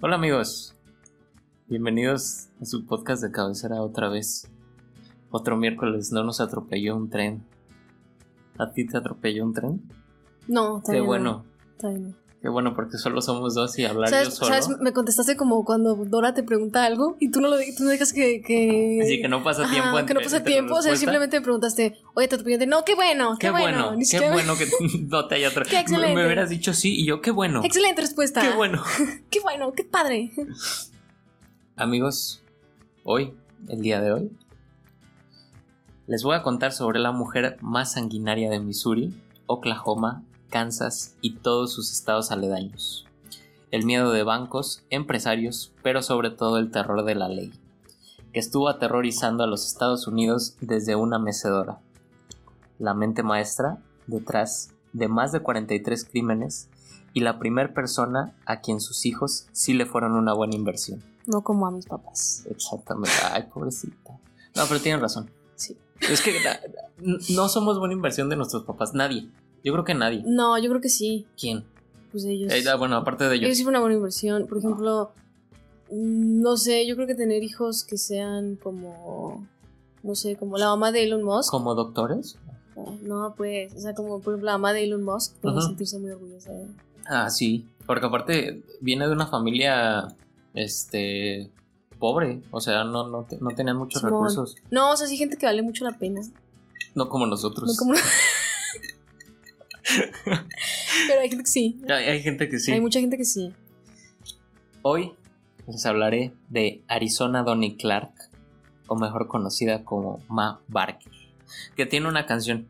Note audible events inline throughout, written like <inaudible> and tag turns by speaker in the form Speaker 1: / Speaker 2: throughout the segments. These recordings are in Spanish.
Speaker 1: Hola amigos, bienvenidos a su podcast de cabecera otra vez. Otro miércoles no nos atropelló un tren. ¿A ti te atropelló un tren?
Speaker 2: No,
Speaker 1: Qué
Speaker 2: todavía no,
Speaker 1: bueno,
Speaker 2: todavía no.
Speaker 1: qué bueno porque solo somos dos y hablar yo
Speaker 2: ¿Sabes,
Speaker 1: solo.
Speaker 2: sabes? Me contestaste como cuando Dora te pregunta algo y tú no, lo, de- tú no dejas que... que...
Speaker 1: <laughs> Así que no pasa
Speaker 2: Ajá,
Speaker 1: tiempo.
Speaker 2: que
Speaker 1: entre-
Speaker 2: no pasa
Speaker 1: entre
Speaker 2: tiempo, o sea,
Speaker 1: respuesta.
Speaker 2: simplemente me preguntaste, oye, te atropellé, no, qué bueno, qué,
Speaker 1: Qué bueno,
Speaker 2: ni
Speaker 1: qué
Speaker 2: siquiera-
Speaker 1: bueno que <laughs> no te haya
Speaker 2: Qué
Speaker 1: atropellado. Me,
Speaker 2: excelente.
Speaker 1: hubieras dicho sí y yo qué bueno.
Speaker 2: Excelente respuesta.
Speaker 1: Qué bueno.
Speaker 2: Qué bueno, qué padre.
Speaker 1: Amigos, hoy, el día de hoy, les voy a contar sobre la mujer más sanguinaria de Missouri, Oklahoma, Kansas y todos sus estados aledaños. El miedo de bancos, empresarios, pero sobre todo el terror de la ley, que estuvo aterrorizando a los Estados Unidos desde una mecedora. La mente maestra detrás de más de 43 crímenes y la primer persona a quien sus hijos sí le fueron una buena inversión.
Speaker 2: No como a mis papás.
Speaker 1: Exactamente. Ay, pobrecita. No, pero tienen razón.
Speaker 2: Sí.
Speaker 1: Es que na- n- no somos buena inversión de nuestros papás. Nadie. Yo creo que nadie.
Speaker 2: No, yo creo que sí,
Speaker 1: ¿Quién?
Speaker 2: pues ellos.
Speaker 1: Eh, ah, bueno, aparte de
Speaker 2: Yo
Speaker 1: ellos.
Speaker 2: sí fue una buena inversión. Por ejemplo, mm, no sé, yo creo que tener hijos que sean como, no sé, como la mamá de Elon Musk.
Speaker 1: ¿Como doctores?
Speaker 2: No, pues, o sea, como por ejemplo la mamá de Elon Musk, debe
Speaker 1: Ajá.
Speaker 2: sentirse muy orgullosa de él.
Speaker 1: Ah, sí. Porque aparte viene de una familia, este, pobre. O sea, no, no, te- no tenían muchos
Speaker 2: Simón.
Speaker 1: recursos.
Speaker 2: No, o sea, sí, gente que vale mucho la pena.
Speaker 1: No como
Speaker 2: No
Speaker 1: nosotros. <laughs>
Speaker 2: como- <laughs> Pero hay gente que sí.
Speaker 1: Hay, hay gente que sí.
Speaker 2: Hay mucha gente que sí.
Speaker 1: Hoy les hablaré de Arizona Donny Clark, o mejor conocida como Ma Barker, que tiene una canción.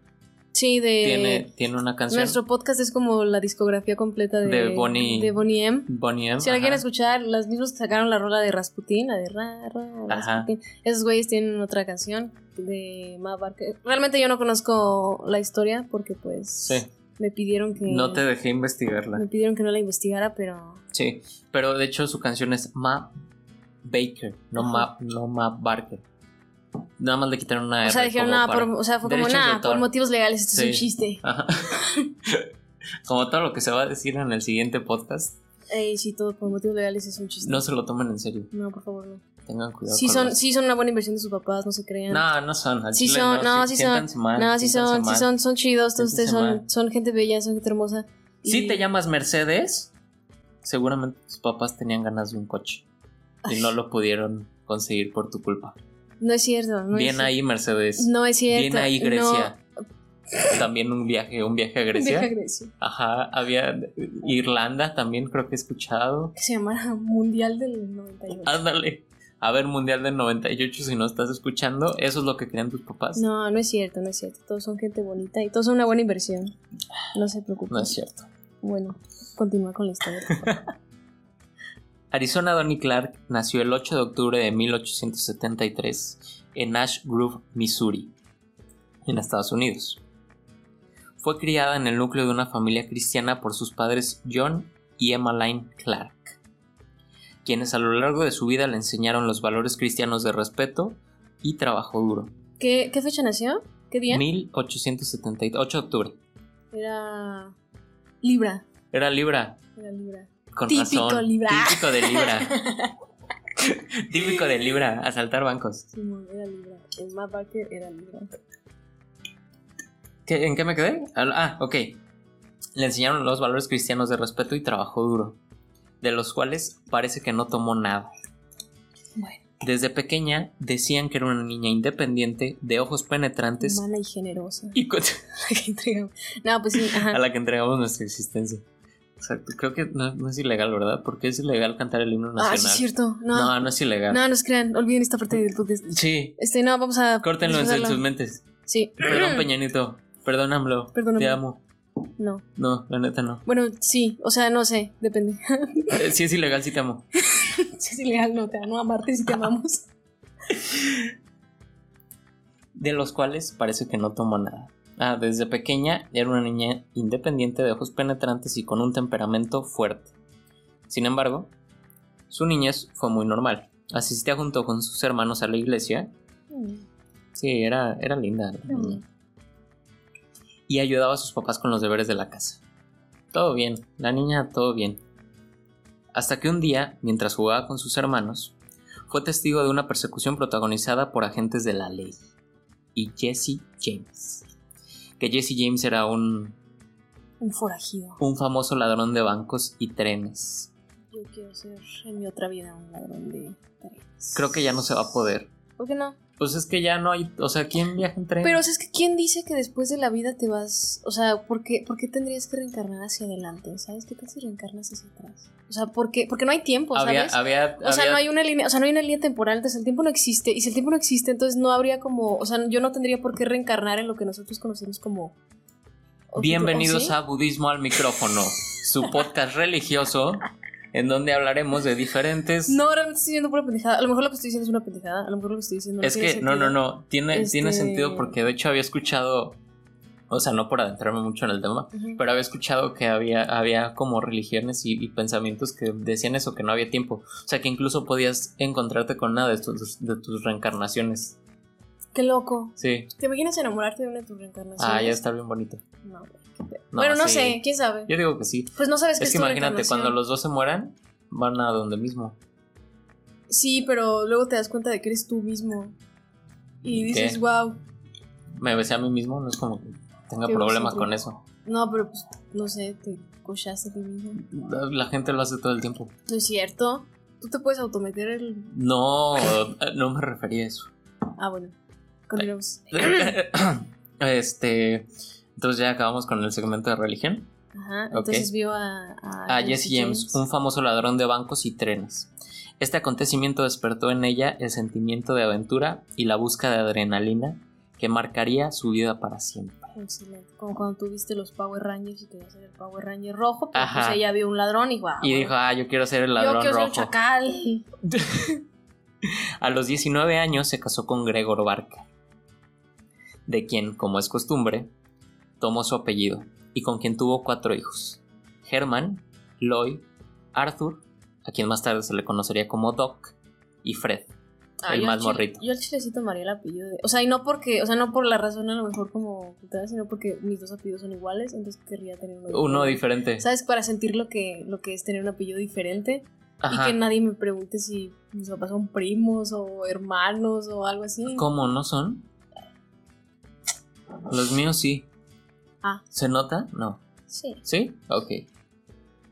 Speaker 2: Sí, de.
Speaker 1: tiene, tiene una canción.
Speaker 2: Eh, Nuestro podcast es como la discografía completa de,
Speaker 1: De Bonnie-
Speaker 2: de Bonnie M.
Speaker 1: Bonnie M.
Speaker 2: Si la quieren
Speaker 1: ajá.
Speaker 2: escuchar, las mismas que sacaron la rola de Rasputin, la de Ra, Ra,
Speaker 1: Ajá.
Speaker 2: Rasputin. Esos güeyes tienen otra canción de Ma Barker. Realmente yo no conozco la historia porque, pues.
Speaker 1: Sí,
Speaker 2: Me pidieron que.
Speaker 1: no te dejé investigarla.
Speaker 2: Me pidieron que no la investigara, pero.
Speaker 1: Sí, pero de hecho su canción es Ma Baker, no Ma, no Ma Barker. Nada más le quitaron una
Speaker 2: O sea,
Speaker 1: R
Speaker 2: dijeron
Speaker 1: Ah, como
Speaker 2: nada,
Speaker 1: para-
Speaker 2: por, o sea, fue como
Speaker 1: derechos de
Speaker 2: nada,
Speaker 1: autor".
Speaker 2: por motivos legales, esto
Speaker 1: Sí.
Speaker 2: es un chiste.
Speaker 1: Ajá. Como todo lo que se va a decir en el siguiente podcast,
Speaker 2: Ey, sí, todo por motivos legales es un chiste.
Speaker 1: no se lo tomen en serio.
Speaker 2: No, por favor, no.
Speaker 1: Tengan cuidado.
Speaker 2: Sí
Speaker 1: con
Speaker 2: son,
Speaker 1: los-
Speaker 2: sí son una buena inversión de sus papás, no se crean.
Speaker 1: No, no son. al
Speaker 2: Sí
Speaker 1: chile
Speaker 2: son, no, sí son.
Speaker 1: siéntanse mal,
Speaker 2: No, sí
Speaker 1: siéntanse
Speaker 2: son, sí
Speaker 1: mal.
Speaker 2: son, son chidos, todos ustedes
Speaker 1: Siéntanse
Speaker 2: son, son gente bella, son gente hermosa. Y-
Speaker 1: Si te llamas Mercedes, seguramente tus papás tenían ganas de un coche y no lo pudieron conseguir por tu culpa.
Speaker 2: No es cierto, no es
Speaker 1: Bien
Speaker 2: cierto.
Speaker 1: ahí, Mercedes.
Speaker 2: No es cierto.
Speaker 1: Bien ahí,
Speaker 2: no.
Speaker 1: Grecia. También un viaje, un viaje a Grecia.
Speaker 2: Deja Grecia.
Speaker 1: Ajá, había Irlanda también, creo que he escuchado.
Speaker 2: Que se llamara Mundial del 98.
Speaker 1: Ándale. A ver, Mundial del 98, si no estás escuchando, eso es lo que querían tus papás. No,
Speaker 2: No, no es cierto, no es cierto. Todos son gente bonita y todos son una buena inversión. No se preocupen.
Speaker 1: es cierto.
Speaker 2: Bueno, continúa con la historia.
Speaker 1: Arizona Donny Clark nació el 8 de octubre de 1873 en Ash Grove, Missouri, en Estados Unidos. Fue criada en el núcleo de una familia cristiana por sus padres John y Emmeline Clark, quienes a lo largo de su vida le enseñaron los valores cristianos de respeto y trabajo duro.
Speaker 2: ¿Qué, ¿Qué fecha nació? ¿Qué día?
Speaker 1: 1878 de octubre.
Speaker 2: Era Libra.
Speaker 1: Era Libra,
Speaker 2: Era Libra.
Speaker 1: con
Speaker 2: Típico
Speaker 1: razón.
Speaker 2: Libra.
Speaker 1: Típico de
Speaker 2: <laughs>
Speaker 1: Libra. Típico de Libra, asaltar bancos.
Speaker 2: Simón, era Libra. El Matt Barker era Libra.
Speaker 1: ¿Qué- ¿En qué me quedé? Ah, Ah, ok. Le enseñaron los valores cristianos de respeto y trabajo duro, de los cuales parece que no tomó nada.
Speaker 2: Bueno.
Speaker 1: Desde pequeña decían que era una niña independiente, de ojos penetrantes
Speaker 2: Humana y generosa. <laughs>
Speaker 1: y con- <laughs>
Speaker 2: La que entregamos. No, pues sí,
Speaker 1: a
Speaker 2: ajá.
Speaker 1: la que entregamos nuestra existencia. Exacto. Creo que no, no es ilegal, ¿verdad? Porque es ilegal cantar el himno nacional.
Speaker 2: Ah, sí, es cierto. No,
Speaker 1: No, no es ilegal.
Speaker 2: no, no se crean. Olviden esta parte del podcast.
Speaker 1: Sí,
Speaker 2: Este, no, vamos a.
Speaker 1: córtenlo en
Speaker 2: disfrazarla.
Speaker 1: sus mentes.
Speaker 2: Sí.
Speaker 1: Perdón, Peñanito. Perdónamelo.
Speaker 2: Perdóname.
Speaker 1: Te amo.
Speaker 2: No.
Speaker 1: No, la neta no.
Speaker 2: Bueno, sí, o sea, no sé, depende. <laughs>
Speaker 1: Eh, Sí es ilegal, sí te amo.
Speaker 2: si es ilegal, no te no amarte si te
Speaker 1: <laughs>
Speaker 2: amamos.
Speaker 1: de los cuales parece que no tomó nada. Ah, desde pequeña era una niña independiente de ojos penetrantes y con un temperamento fuerte. Sin embargo, su niñez fue muy normal. Asistía junto con sus hermanos a la iglesia. Sí, era, era linda. la
Speaker 2: Mm.
Speaker 1: niña. Y ayudaba a sus papás con los deberes de la casa. Todo bien, la niña todo bien. hasta que un día, mientras jugaba con sus hermanos, fue testigo de una persecución protagonizada por agentes de la ley y Jesse James. Que Jesse James era un,
Speaker 2: Un forajido.
Speaker 1: un famoso ladrón de bancos y trenes.
Speaker 2: Yo quiero ser en mi otra vida un ladrón de trenes.
Speaker 1: Creo que ya no se va a poder.
Speaker 2: ¿Por qué no?
Speaker 1: Pues es que ya no hay, o sea, ¿quién viaja en tren?
Speaker 2: Pero o sea, es que ¿quién dice que después de la vida te vas? O sea, ¿por qué, por qué tendrías que reencarnar hacia adelante? ¿Sabes qué tal si reencarnas hacia atrás? O sea, porque, porque no hay tiempo,
Speaker 1: había,
Speaker 2: ¿sabes?
Speaker 1: había,
Speaker 2: O sea,
Speaker 1: había-
Speaker 2: no hay una línea, o sea, no hay una línea temporal, entonces el tiempo no existe. Y si el tiempo no existe, entonces no habría como, o sea, yo no tendría por qué reencarnar en lo que nosotros conocemos como. ¿o-
Speaker 1: Bienvenidos
Speaker 2: o sí?
Speaker 1: a Budismo al micrófono, su
Speaker 2: <laughs>
Speaker 1: podcast religioso en donde hablaremos de diferentes
Speaker 2: No, realmente estoy diciendo pura pendejada. A lo mejor lo que estoy diciendo es una pendejada. A lo mejor lo que estoy diciendo
Speaker 1: es que
Speaker 2: tiene
Speaker 1: no, no,
Speaker 2: sentido.
Speaker 1: no, tiene, tiene
Speaker 2: Este-
Speaker 1: sentido porque de hecho había escuchado, o sea, no por adentrarme mucho en el tema,
Speaker 2: Ujú.
Speaker 1: pero había escuchado que había, había como religiones y, y pensamientos que decían eso, que no había tiempo, o sea, que incluso podías encontrarte con nada de tus, de tus reencarnaciones,
Speaker 2: Qué loco.
Speaker 1: sí,
Speaker 2: ¿Te imaginas enamorarte de una de tus reencarnaciones?
Speaker 1: ah, ya está bien bonito,
Speaker 2: No, güey, qué pedo.
Speaker 1: No,
Speaker 2: bueno, no
Speaker 1: sí.
Speaker 2: sé, quién sabe.
Speaker 1: yo digo que sí,
Speaker 2: Pues no sabes
Speaker 1: es,
Speaker 2: qué es,
Speaker 1: que
Speaker 2: tu
Speaker 1: imagínate,
Speaker 2: reencarnación.
Speaker 1: cuando los dos se mueran, van a donde mismo,
Speaker 2: Sí, pero luego te das cuenta de que eres tú mismo. Y,
Speaker 1: ¿Y
Speaker 2: dices,
Speaker 1: qué?
Speaker 2: wow.
Speaker 1: me besé a mí mismo, no es como que tenga
Speaker 2: Qué
Speaker 1: problemas
Speaker 2: egocéntrico.
Speaker 1: con eso,
Speaker 2: No, pero pues, no sé, te cochaste a ti mismo.
Speaker 1: la la gente lo hace todo el tiempo,
Speaker 2: No es cierto. Tú te puedes autometer el.
Speaker 1: no, no me refería a eso. <coughs>
Speaker 2: Ah, bueno. Continuamos.
Speaker 1: este. Entonces ya acabamos con el segmento de religión.
Speaker 2: Ajá.
Speaker 1: Ok.
Speaker 2: Entonces vio a. A,
Speaker 1: A Jesse James, un famoso ladrón de bancos y trenes. Este acontecimiento despertó en ella el sentimiento de aventura y la búsqueda de adrenalina que marcaría su vida para siempre.
Speaker 2: Excelente. Como cuando tú viste los Power Rangers y querías ser el Power Ranger rojo, pero
Speaker 1: Ajá.
Speaker 2: pues ella vio un ladrón y guau.
Speaker 1: Y dijo, ah, yo quiero ser el
Speaker 2: Yo
Speaker 1: ladrón
Speaker 2: quiero ser un
Speaker 1: rojo.
Speaker 2: chacal.
Speaker 1: A los 19 años se casó con Gregor Barca, de quien, como es costumbre, tomó su apellido y con quien tuvo cuatro hijos: Herman, Lloyd, Arthur, a quien más tarde se le conocería como Doc, y Fred. El
Speaker 2: yo al
Speaker 1: más
Speaker 2: chile-
Speaker 1: morrito.
Speaker 2: Yo al chilecito María el apellido de. O sea, y no porque, o sea, no por la razón a lo mejor como putada, sino porque mis dos apellidos son iguales, entonces querría tener uno.
Speaker 1: Uno diferente.
Speaker 2: ¿Sabes? Para sentir lo que, lo que es tener un apellido diferente.
Speaker 1: Ajá.
Speaker 2: Y que nadie me pregunte si mis papás son primos o hermanos o algo así.
Speaker 1: ¿Cómo no son? Los míos sí.
Speaker 2: Ah.
Speaker 1: ¿Se nota? No.
Speaker 2: Sí.
Speaker 1: ¿Sí? Ok.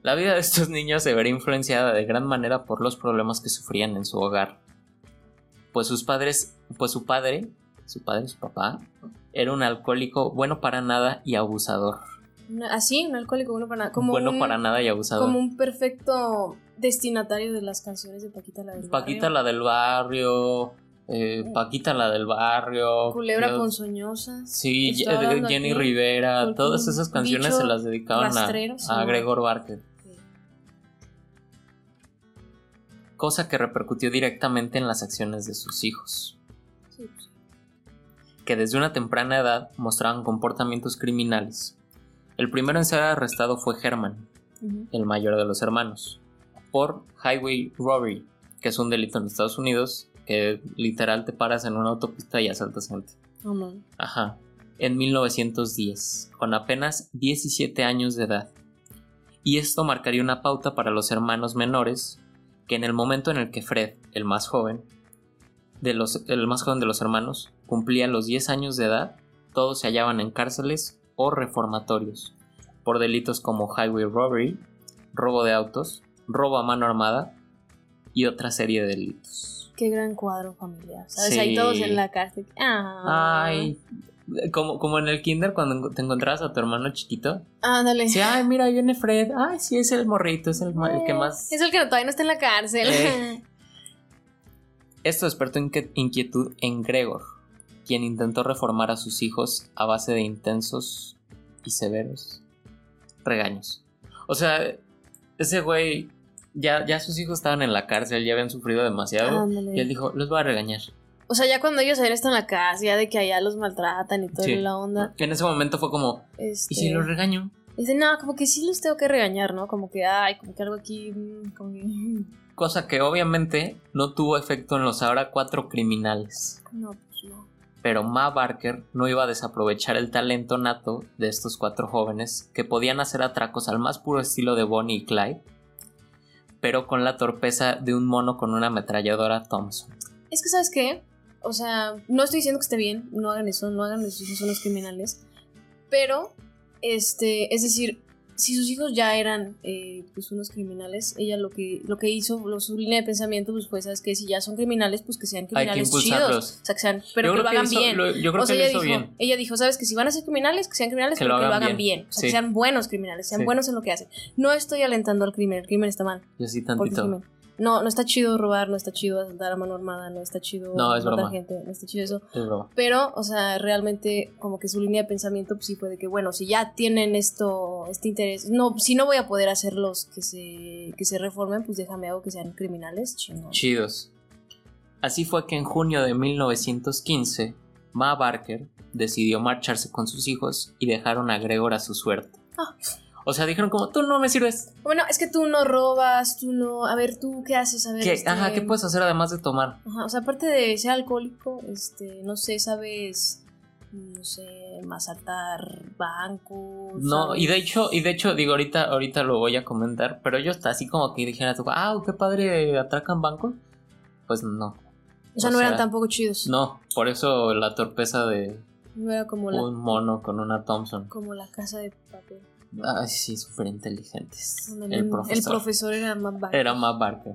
Speaker 1: La vida de estos niños se verá influenciada de gran manera por los problemas que sufrían en su hogar. Pues sus padres, pues su padre, su padre, su papá, era un alcohólico bueno para nada y abusador.
Speaker 2: Una- así, un alcohólico bueno para nada. Como
Speaker 1: bueno
Speaker 2: un,
Speaker 1: para nada y abusador.
Speaker 2: Como un perfecto destinatario de las canciones de Paquita la del
Speaker 1: Paquita
Speaker 2: Barrio.
Speaker 1: la del barrio, eh, Paquita la del barrio.
Speaker 2: Mm. Culebra
Speaker 1: creo-
Speaker 2: ponzoñosas.
Speaker 1: Sí,
Speaker 2: Estoy
Speaker 1: Je- de-
Speaker 2: hablando
Speaker 1: Jenny
Speaker 2: aquí
Speaker 1: Rivera,
Speaker 2: con
Speaker 1: todas
Speaker 2: un
Speaker 1: esas canciones
Speaker 2: bicho
Speaker 1: se las dedicaban a,
Speaker 2: rastrero,
Speaker 1: a
Speaker 2: sí.
Speaker 1: Gregor Barker. Cosa que repercutió directamente en las acciones de sus hijos,
Speaker 2: Sí, pues,
Speaker 1: que desde una temprana edad mostraban comportamientos criminales. El primero en ser arrestado fue Herman,
Speaker 2: ujú.
Speaker 1: el mayor de los hermanos, por highway robbery, que es un delito en Estados Unidos que literal te paras en una autopista y asaltas gente.
Speaker 2: No, no.
Speaker 1: Ajá. En 1910, con apenas 17 años de edad. Y esto marcaría una pauta para los hermanos menores, que en el momento en el que Fred, el más joven de los, el más joven de los hermanos, cumplía los 10 años de edad, todos se hallaban en cárceles o reformatorios por delitos como highway robbery, robo de autos, robo a mano armada y otra serie de delitos.
Speaker 2: Qué gran cuadro familiar. ¿Sabes?
Speaker 1: Sí.
Speaker 2: Ahí todos en la cárcel. Ah.
Speaker 1: Ay, como, como en el kinder cuando te encontrabas a tu hermano chiquito.
Speaker 2: Ah, Ándale.
Speaker 1: Sí, ay, mira, ahí viene Fred. Ay, sí, es el morrito, es el, ma- el que más...
Speaker 2: Es el que no- todavía no está en la cárcel. <laughs>
Speaker 1: Eh. Esto despertó inque- inquietud en Gregor, quien intentó reformar a sus hijos a base de intensos y severos regaños. O sea, ese güey, ya, ya sus hijos estaban en la cárcel, ya habían sufrido demasiado.
Speaker 2: Ándale.
Speaker 1: Y él dijo, los voy a regañar.
Speaker 2: O sea, ya cuando ellos habían estado en la casa, ya de que allá los maltratan y toda
Speaker 1: Sí.
Speaker 2: la onda.
Speaker 1: En ese momento fue como,
Speaker 2: Este,
Speaker 1: ¿y si los regaño?
Speaker 2: dice, no, como que sí los tengo que regañar, ¿no? Como que, ay, como que algo aquí. mm, Como que. <laughs> mm,
Speaker 1: Cosa que obviamente no tuvo efecto en los ahora cuatro criminales.
Speaker 2: No, pues no.
Speaker 1: Pero Ma Barker no iba a desaprovechar el talento nato de estos cuatro jóvenes que podían hacer atracos al más puro estilo de Bonnie y Clyde, pero con la torpeza de un mono con una ametralladora Thompson.
Speaker 2: Es que, ¿sabes qué? O sea, no estoy diciendo que esté bien, no hagan eso, no hagan eso, son los criminales. Pero, este, es decir, si sus hijos ya eran eh, pues unos criminales, ella lo que, lo que hizo, lo, su línea de pensamiento, pues fue, ¿sabes qué? Si ya son criminales, pues que sean
Speaker 1: Hay que
Speaker 2: criminales chidos.
Speaker 1: impulsarlos.
Speaker 2: O sea, que sean, pero
Speaker 1: yo
Speaker 2: que
Speaker 1: creo
Speaker 2: lo hagan
Speaker 1: hizo-
Speaker 2: bien.
Speaker 1: lo- yo creo
Speaker 2: o sea,
Speaker 1: que lo
Speaker 2: ella
Speaker 1: hizo
Speaker 2: dijo,
Speaker 1: bien.
Speaker 2: ella dijo, sabes que si van a ser criminales, que sean criminales, pero que lo hagan bien. O sea,
Speaker 1: sí.
Speaker 2: que sean buenos criminales, sean
Speaker 1: Sí.
Speaker 2: buenos en lo que hacen. No estoy alentando al crimen, el crimen está mal.
Speaker 1: Yo sí
Speaker 2: Porque
Speaker 1: tantito.
Speaker 2: crimen. No, no está chido robar, no está chido dar a mano armada, no está chido
Speaker 1: No, es
Speaker 2: matar
Speaker 1: broma.
Speaker 2: gente, no está chido eso.
Speaker 1: Es broma.
Speaker 2: Pero, o sea, realmente como que su línea de pensamiento pues, sí fue de que, bueno, si ya tienen esto, este interés, no, si no voy a poder hacerlos que se, que se reformen, pues déjame algo que sean criminales, chingón.
Speaker 1: Chidos. Así fue que en junio de 1915, Ma Barker decidió marcharse con sus hijos y dejaron a Gregor a su suerte.
Speaker 2: Ah.
Speaker 1: O sea, dijeron como, tú no me sirves.
Speaker 2: Bueno, es que tú no robas, tú no, a ver, tú qué haces, a ver.
Speaker 1: ¿Qué?
Speaker 2: este,
Speaker 1: Ajá, ¿qué puedes hacer además de tomar?
Speaker 2: ajá, o sea, aparte de ser alcohólico, este, no sé, sabes, no sé, masatar bancos.
Speaker 1: No,
Speaker 2: ¿sabes?
Speaker 1: y de hecho, y de hecho, digo, ahorita, ahorita lo voy a comentar, pero yo hasta así como que dijera, ah, qué padre, atracan bancos. Pues no,
Speaker 2: O sea,
Speaker 1: o
Speaker 2: no
Speaker 1: sea,
Speaker 2: eran tampoco chidos. No,
Speaker 1: no, por eso la torpeza de
Speaker 2: era como la,
Speaker 1: un mono con una Thompson.
Speaker 2: como la casa de papel.
Speaker 1: Ay, sí, súper inteligentes.
Speaker 2: donde
Speaker 1: El profesor.
Speaker 2: era más bajo.
Speaker 1: Era Ma Barker.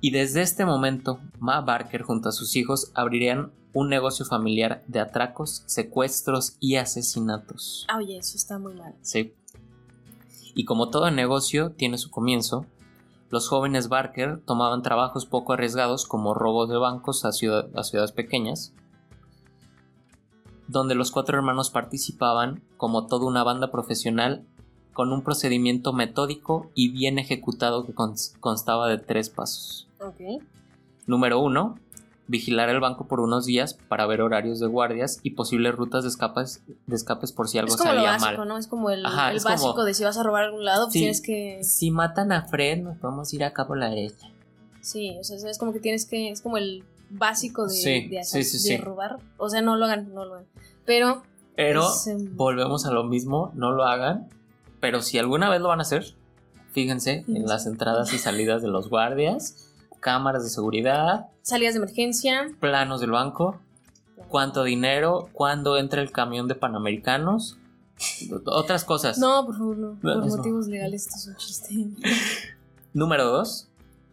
Speaker 1: Y desde este momento, Ma Barker junto a sus hijos abrirían un negocio familiar de atracos, secuestros y asesinatos.
Speaker 2: Ah, oye, eso está muy mal.
Speaker 1: Sí. Y como todo negocio tiene su comienzo, los jóvenes Barker tomaban trabajos poco arriesgados como robos de bancos a, ciudad- a ciudades pequeñas, donde los cuatro hermanos participaban como toda una banda profesional con un procedimiento metódico y bien ejecutado que cons- constaba de tres pasos.
Speaker 2: Ok.
Speaker 1: Número 1. Vigilar el banco por unos días para ver horarios de guardias y posibles rutas de escapes, de escapes por si algo
Speaker 2: Es como lo
Speaker 1: salía
Speaker 2: básico,
Speaker 1: mal.
Speaker 2: ¿no? Es como el,
Speaker 1: Ajá,
Speaker 2: el
Speaker 1: es
Speaker 2: básico
Speaker 1: como-
Speaker 2: de si vas a robar a algún lado, pues
Speaker 1: Sí.
Speaker 2: tienes que.
Speaker 1: Si matan a Fred, nos vamos a ir acá por la derecha.
Speaker 2: Sí, o sea, es como que tienes que. Es como el básico de,
Speaker 1: Sí,
Speaker 2: de hacer-
Speaker 1: sí, sí,
Speaker 2: de
Speaker 1: sí.
Speaker 2: robar. O sea, no lo hagan, no lo hagan. Pero.
Speaker 1: Pero
Speaker 2: es, em,
Speaker 1: volvemos a lo mismo, no lo hagan. Pero si alguna vez lo van a hacer, fíjense en
Speaker 2: Fíjense.
Speaker 1: las entradas y salidas de los guardias, cámaras de seguridad,
Speaker 2: salidas de emergencia.
Speaker 1: planos del banco, cuánto dinero, cuándo entra el camión de Panamericanos, otras cosas.
Speaker 2: No, por favor, no. Por
Speaker 1: eso.
Speaker 2: motivos legales, esto es un chiste. <laughs>
Speaker 1: Número 2.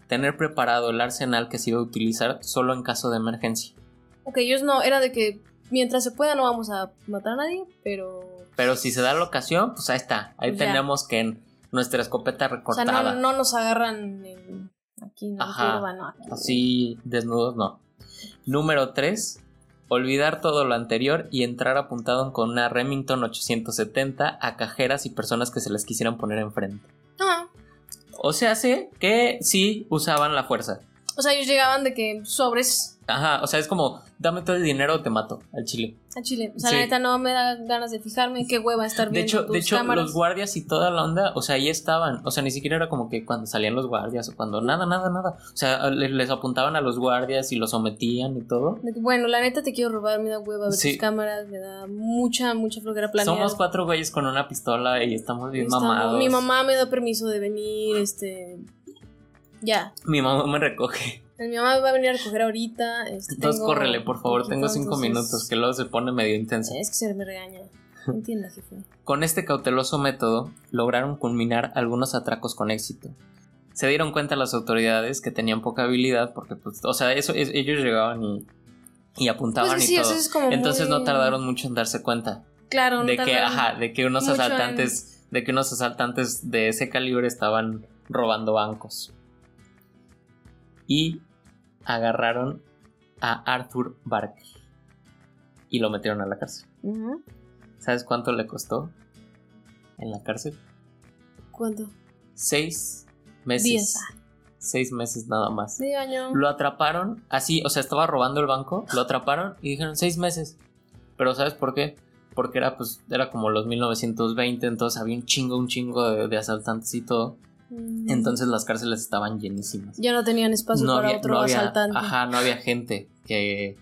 Speaker 1: Tener preparado el arsenal que se iba a utilizar solo en caso de emergencia.
Speaker 2: Ok, ellos no. Era de que mientras se pueda no vamos a matar a nadie, pero.
Speaker 1: Pero si se da la ocasión, pues ahí está. Ahí
Speaker 2: Pues ya.
Speaker 1: tenemos que en nuestra escopeta recortada.
Speaker 2: O sea, no, no nos agarran en- aquí, no,
Speaker 1: Ajá.
Speaker 2: en Cuba, no, aquí.
Speaker 1: Así desnudos, no. Número 3. Olvidar todo lo anterior y entrar apuntado con una Remington 870 a cajeras y personas que se les quisieran poner enfrente.
Speaker 2: No,
Speaker 1: O sea, hace que sí usaban la fuerza.
Speaker 2: O sea, ellos llegaban de que sobres
Speaker 1: Ajá, o sea, es como, dame todo el dinero o te mato al chile.
Speaker 2: a Chile. O sea,
Speaker 1: Sí.
Speaker 2: la neta no me da ganas de fijarme. Qué hueva estar
Speaker 1: De
Speaker 2: viendo
Speaker 1: hecho,
Speaker 2: tus
Speaker 1: de hecho
Speaker 2: cámaras.
Speaker 1: los guardias y toda la onda, o sea, ahí estaban. O sea, ni siquiera era como que cuando salían los guardias o cuando nada, nada, nada. O sea, le- les apuntaban a los guardias y los sometían y todo.
Speaker 2: De que, bueno, la neta te quiero robar, me da hueva ver
Speaker 1: Sí.
Speaker 2: tus cámaras, me da mucha, mucha flojera planear.
Speaker 1: Somos cuatro güeyes con una pistola y estamos bien
Speaker 2: Estamos-
Speaker 1: mamados.
Speaker 2: Mi mamá me da permiso de venir, este... Ya,
Speaker 1: Mi mamá me recoge.
Speaker 2: mi mamá va a venir a recoger ahorita. este,
Speaker 1: Entonces
Speaker 2: tengo
Speaker 1: córrele, por favor,
Speaker 2: poquito,
Speaker 1: tengo cinco
Speaker 2: entonces-
Speaker 1: minutos, que luego se pone medio intenso.
Speaker 2: Es que se me regaña. Entienda, jefe.
Speaker 1: Con este cauteloso método, lograron culminar algunos atracos con éxito. Se dieron cuenta las autoridades que tenían poca habilidad porque, pues, o sea, eso, es- ellos llegaban y, y apuntaban
Speaker 2: Pues que
Speaker 1: y
Speaker 2: sí, o
Speaker 1: todo.
Speaker 2: sea, es como
Speaker 1: Entonces
Speaker 2: muy-
Speaker 1: no tardaron mucho en darse cuenta
Speaker 2: Claro, no
Speaker 1: de que,
Speaker 2: tardaron.
Speaker 1: ajá, de que unos
Speaker 2: mucho en-
Speaker 1: asaltantes, de que unos asaltantes de ese calibre estaban robando bancos. Y agarraron a Arthur Barker y lo metieron a la cárcel.
Speaker 2: Ujú.
Speaker 1: ¿Sabes cuánto le costó en la cárcel?
Speaker 2: ¿Cuánto?
Speaker 1: Seis meses.
Speaker 2: Diez.
Speaker 1: Seis meses nada más.
Speaker 2: Medio año.
Speaker 1: Lo atraparon así, o sea, estaba robando el banco, lo atraparon y dijeron seis meses. Pero ¿sabes por qué? Porque era pues, era como los 1920, entonces había un chingo, un chingo de, de asaltantes y todo.
Speaker 2: Mm.
Speaker 1: Entonces las cárceles estaban llenísimas.
Speaker 2: Ya no tenían espacio para otro
Speaker 1: no había-
Speaker 2: asaltante.
Speaker 1: Ajá, no había gente que,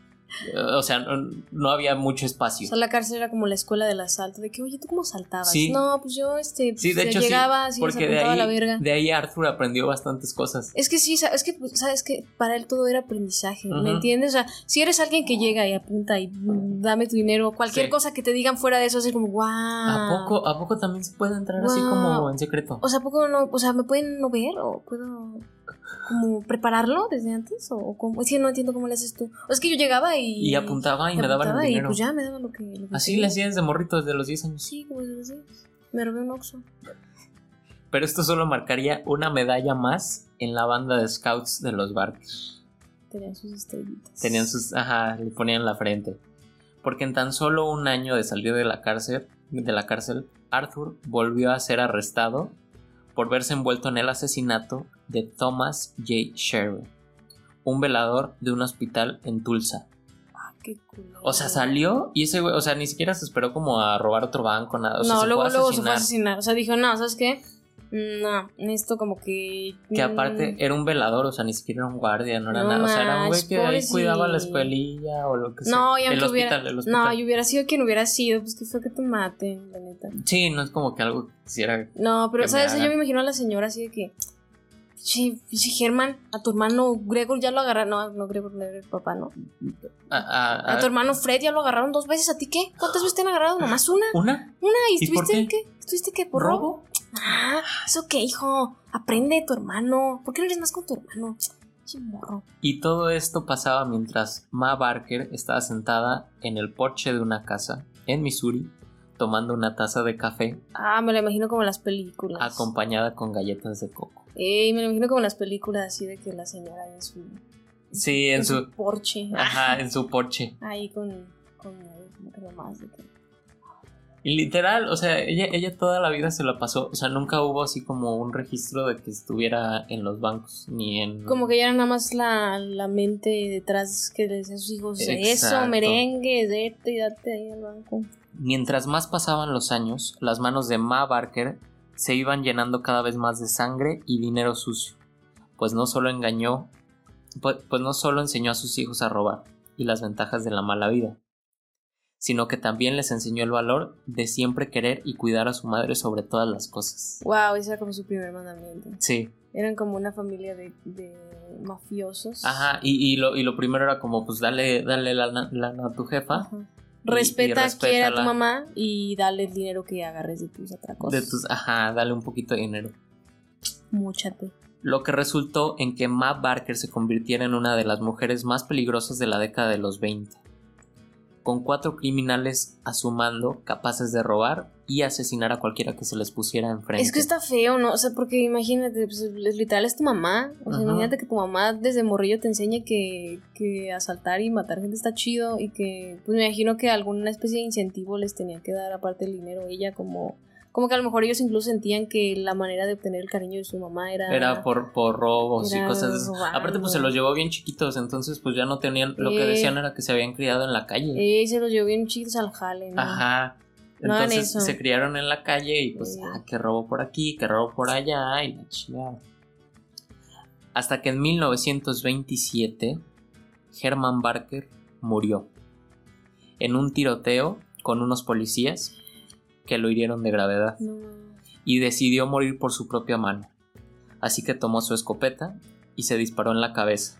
Speaker 1: O sea, no, no había mucho
Speaker 2: O
Speaker 1: espacio.
Speaker 2: sea, la cárcel era como la escuela del asalto, de que, oye, ¿tú cómo saltabas?
Speaker 1: Sí.
Speaker 2: No, pues yo, este,
Speaker 1: Sí, de
Speaker 2: pues,
Speaker 1: hecho sí,
Speaker 2: llegaba así,
Speaker 1: porque
Speaker 2: se
Speaker 1: de
Speaker 2: apuntaba a la
Speaker 1: ahí,
Speaker 2: verga.
Speaker 1: de ahí Arthur aprendió bastantes cosas.
Speaker 2: Es que sí, sa- es que, pues, sabes que para él todo era aprendizaje,
Speaker 1: Ujú.
Speaker 2: ¿me entiendes? O sea, si eres alguien que llega y apunta y mm, dame tu dinero, cualquier
Speaker 1: Sí.
Speaker 2: cosa que te digan fuera de eso, así como, wow.
Speaker 1: ¿A poco, ¿A poco también se puede entrar así como
Speaker 2: Wow.
Speaker 1: en secreto?
Speaker 2: Ah. O sea, ¿a poco no? O sea, ¿me pueden no ver o puedo como prepararlo desde antes? ¿O, o cómo? Es que no entiendo cómo le haces tú. O es que yo llegaba y...
Speaker 1: Y apuntaba y me daban
Speaker 2: apuntaba
Speaker 1: el
Speaker 2: y,
Speaker 1: dinero.
Speaker 2: pues ya pues me daban lo que... lo que
Speaker 1: Así
Speaker 2: quería.
Speaker 1: le hacían desde morrito, desde los 10 años.
Speaker 2: Sí, como se los días. Me robé un oxo.
Speaker 1: Pero esto solo marcaría una medalla más en la banda de scouts de los barcos.
Speaker 2: Tenían sus estrellitas.
Speaker 1: Tenían sus. Ajá, le ponían en la frente. Porque en tan solo un año de salir de la cárcel, de la cárcel, Arthur volvió a ser arrestado por verse envuelto en el asesinato de Thomas J. Sherry, un velador de un hospital en Tulsa.
Speaker 2: Ah, qué culo.
Speaker 1: O sea, salió y ese güey, o sea, ni siquiera se esperó como a robar otro banco, nada. O sea,
Speaker 2: no,
Speaker 1: se
Speaker 2: luego,
Speaker 1: fue a
Speaker 2: luego se fue a
Speaker 1: asesinar.
Speaker 2: asesinar. O sea, dijo, no, ¿sabes qué? No, esto como que...
Speaker 1: Que aparte eh, era un velador, o sea, ni siquiera era un guardia, no era
Speaker 2: Mm. No
Speaker 1: nada. O sea, era un güey
Speaker 2: manches,
Speaker 1: que ahí cuidaba la
Speaker 2: pobrecito.
Speaker 1: escuelilla o lo que sea.
Speaker 2: No, y aunque
Speaker 1: el hospital,
Speaker 2: hubiera...
Speaker 1: el hospital.
Speaker 2: No, y hubiera sido quien hubiera sido, pues que fue que te maten, la neta.
Speaker 1: Sí, no es como que algo que quisiera
Speaker 2: No,
Speaker 1: Que
Speaker 2: pero,
Speaker 1: me
Speaker 2: ¿sabes? Yo
Speaker 1: hagan.
Speaker 2: me imagino a la señora así de que. Che, pinche Germán, a tu hermano Gregor ya lo agarraron. No, no, Gregor no era el papá, ¿no?
Speaker 1: a- a-
Speaker 2: A tu hermano Fred ya lo agarraron dos veces. ¿A ti qué? ¿Cuántas veces te han agarrado? Nomás una.
Speaker 1: ¿Una?
Speaker 2: Ay,
Speaker 1: Ah. ¿Y por
Speaker 2: ¿estuviste
Speaker 1: qué?
Speaker 2: en qué? ¿Estuviste qué? ¿Por robo? Ah, eso qué, hijo. Aprende de tu hermano. ¿Por qué no eres más con tu hermano? Che, morro.
Speaker 1: Y todo esto pasaba mientras Ma Barker estaba sentada en el porche de una casa en Missouri tomando una taza de café
Speaker 2: Ah, me lo imagino como en las películas.
Speaker 1: acompañada Ah, con galletas de coco.
Speaker 2: Ey, me lo imagino como en las películas así de que la señora en su.
Speaker 1: Sí, en su
Speaker 2: Porche.
Speaker 1: ajá, en su porche.
Speaker 2: Ahí con. con. con mamás de que-
Speaker 1: Y literal, o sea, ella ella toda la vida se la pasó, o sea, nunca hubo así como un registro de que estuviera en los bancos ni en
Speaker 2: Como que ya era nada más la, la mente detrás que le decía a sus hijos,
Speaker 1: Exacto.
Speaker 2: eso, merengue, vete y date ahí al banco.
Speaker 1: Mientras más pasaban los años, las manos de Ma Barker se iban llenando cada vez más de sangre y dinero sucio, pues no solo engañó, pues, pues no solo enseñó a sus hijos a robar y las ventajas de la mala vida, sino que también les enseñó el valor de siempre querer y cuidar a su madre sobre todas las cosas.
Speaker 2: Wow, ese era como su primer mandamiento.
Speaker 1: Sí,
Speaker 2: Eran como una familia de, de mafiosos.
Speaker 1: ajá, y, y lo, y lo primero era como, pues dale, dale lana, lana a tu jefa
Speaker 2: Ajá.
Speaker 1: Y-
Speaker 2: Respeta,
Speaker 1: y respétala.
Speaker 2: quiere a tu mamá y dale el dinero que agarres de tus atracos.
Speaker 1: de tus, ajá, dale un poquito de dinero.
Speaker 2: Múchate. lo
Speaker 1: lo que resultó en que Ma Barker se convirtiera en una de las mujeres más peligrosas de la década de los 20, con cuatro criminales a su mando capaces de robar y asesinar a cualquiera que se les pusiera enfrente.
Speaker 2: Es que está feo, ¿no? O sea, porque imagínate, pues, es- literal es tu mamá. O sea,
Speaker 1: Ajá.
Speaker 2: imagínate que tu mamá desde morrillo te enseña que, que asaltar y matar gente está chido y que, pues me imagino que alguna especie de incentivo les tenía que dar aparte del dinero. Ella como, como que a lo mejor ellos incluso sentían que la manera de obtener el cariño de su mamá era...
Speaker 1: Era por, por robos y
Speaker 2: Era
Speaker 1: cosas de esas.
Speaker 2: robando.
Speaker 1: Aparte, pues se los llevó bien chiquitos, entonces pues ya no tenían... Lo que
Speaker 2: Eh.
Speaker 1: decían era que se habían criado en la calle.
Speaker 2: Ey, se los llevó bien chidos al jale, ¿no?
Speaker 1: Ajá.
Speaker 2: No hagan
Speaker 1: Entonces
Speaker 2: eso.
Speaker 1: se criaron en la calle y pues,
Speaker 2: Sí.
Speaker 1: ah, que robo por aquí, que robo por allá, y la chingada. Hasta que en 1927, Herman Barker murió en un tiroteo con unos policías que lo hirieron de gravedad
Speaker 2: No.
Speaker 1: y decidió morir por su propia mano. Así que tomó su escopeta y se disparó en la cabeza.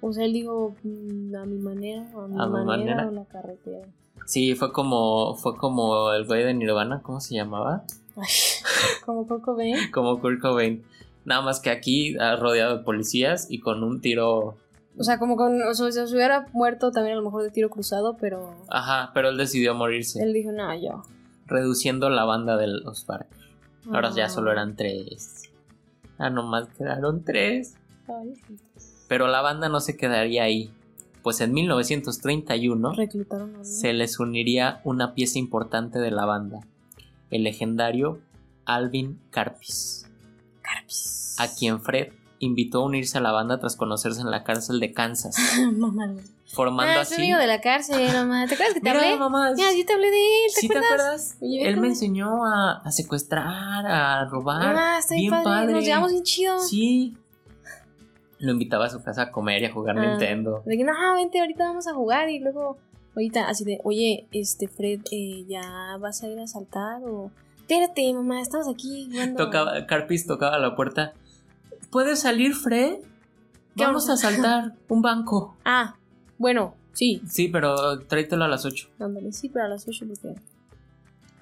Speaker 2: O sea, él dijo, "Mm, a mi manera, a mi
Speaker 1: A mi
Speaker 2: manera,
Speaker 1: manera.
Speaker 2: o la carretera. <laughs>
Speaker 1: Sí, fue como, fue como el güey de Nirvana, ¿cómo se llamaba?
Speaker 2: Ay, como Coco Ben.
Speaker 1: como Kurt Cobain. Nada más que aquí ah, rodeado de policías y con un tiro.
Speaker 2: O sea, como con, o sea, si se hubiera muerto también a lo mejor de tiro cruzado, pero
Speaker 1: Ajá, pero él decidió morirse,
Speaker 2: él dijo, no, yo.
Speaker 1: reduciendo la banda de los Barker. Ahora
Speaker 2: Ah.
Speaker 1: ya solo eran tres. Ah, nomás quedaron tres.
Speaker 2: Ay,
Speaker 1: Pero la banda no se quedaría ahí, pues en 1931
Speaker 2: Reclutaron a mí.
Speaker 1: se les uniría una pieza importante de la banda, el legendario Alvin Carpis, a quien Fred invitó a unirse a la banda tras conocerse en la cárcel de
Speaker 2: <laughs>
Speaker 1: Kansas,
Speaker 2: <laughs> Mamá. güey.
Speaker 1: formando
Speaker 2: Ah, es
Speaker 1: así...
Speaker 2: amigo de la cárcel, mamá. ¿Te acuerdas que te hablé?
Speaker 1: mamá,
Speaker 2: Mira, sí te hablé de él, ¿te
Speaker 1: ¿sí
Speaker 2: acuerdas? Oye, ve
Speaker 1: Él me
Speaker 2: cómo-
Speaker 1: enseñó a, a secuestrar, a robar.
Speaker 2: Ah, está bien
Speaker 1: Bien
Speaker 2: padre.
Speaker 1: padre.
Speaker 2: Nos llevamos bien chido.
Speaker 1: Sí. lo invitaba a su casa a comer y a jugar
Speaker 2: Ah.
Speaker 1: Nintendo.
Speaker 2: De que, no, vente, ahorita vamos a jugar y luego, ahorita, así de, oye, este, Fred, eh, ¿ya vas a ir a saltar o...? Espérate, mamá, estamos aquí jugando.
Speaker 1: Tocaba, Carpis tocaba la puerta. ¿Puedes salir, Fred?
Speaker 2: ¿Qué
Speaker 1: Vamos
Speaker 2: hora?
Speaker 1: a
Speaker 2: <laughs>
Speaker 1: saltar un banco.
Speaker 2: Ah, bueno, sí,
Speaker 1: Sí, pero tráetelo a las 8.
Speaker 2: ándale, sí, pero a las 8 porque...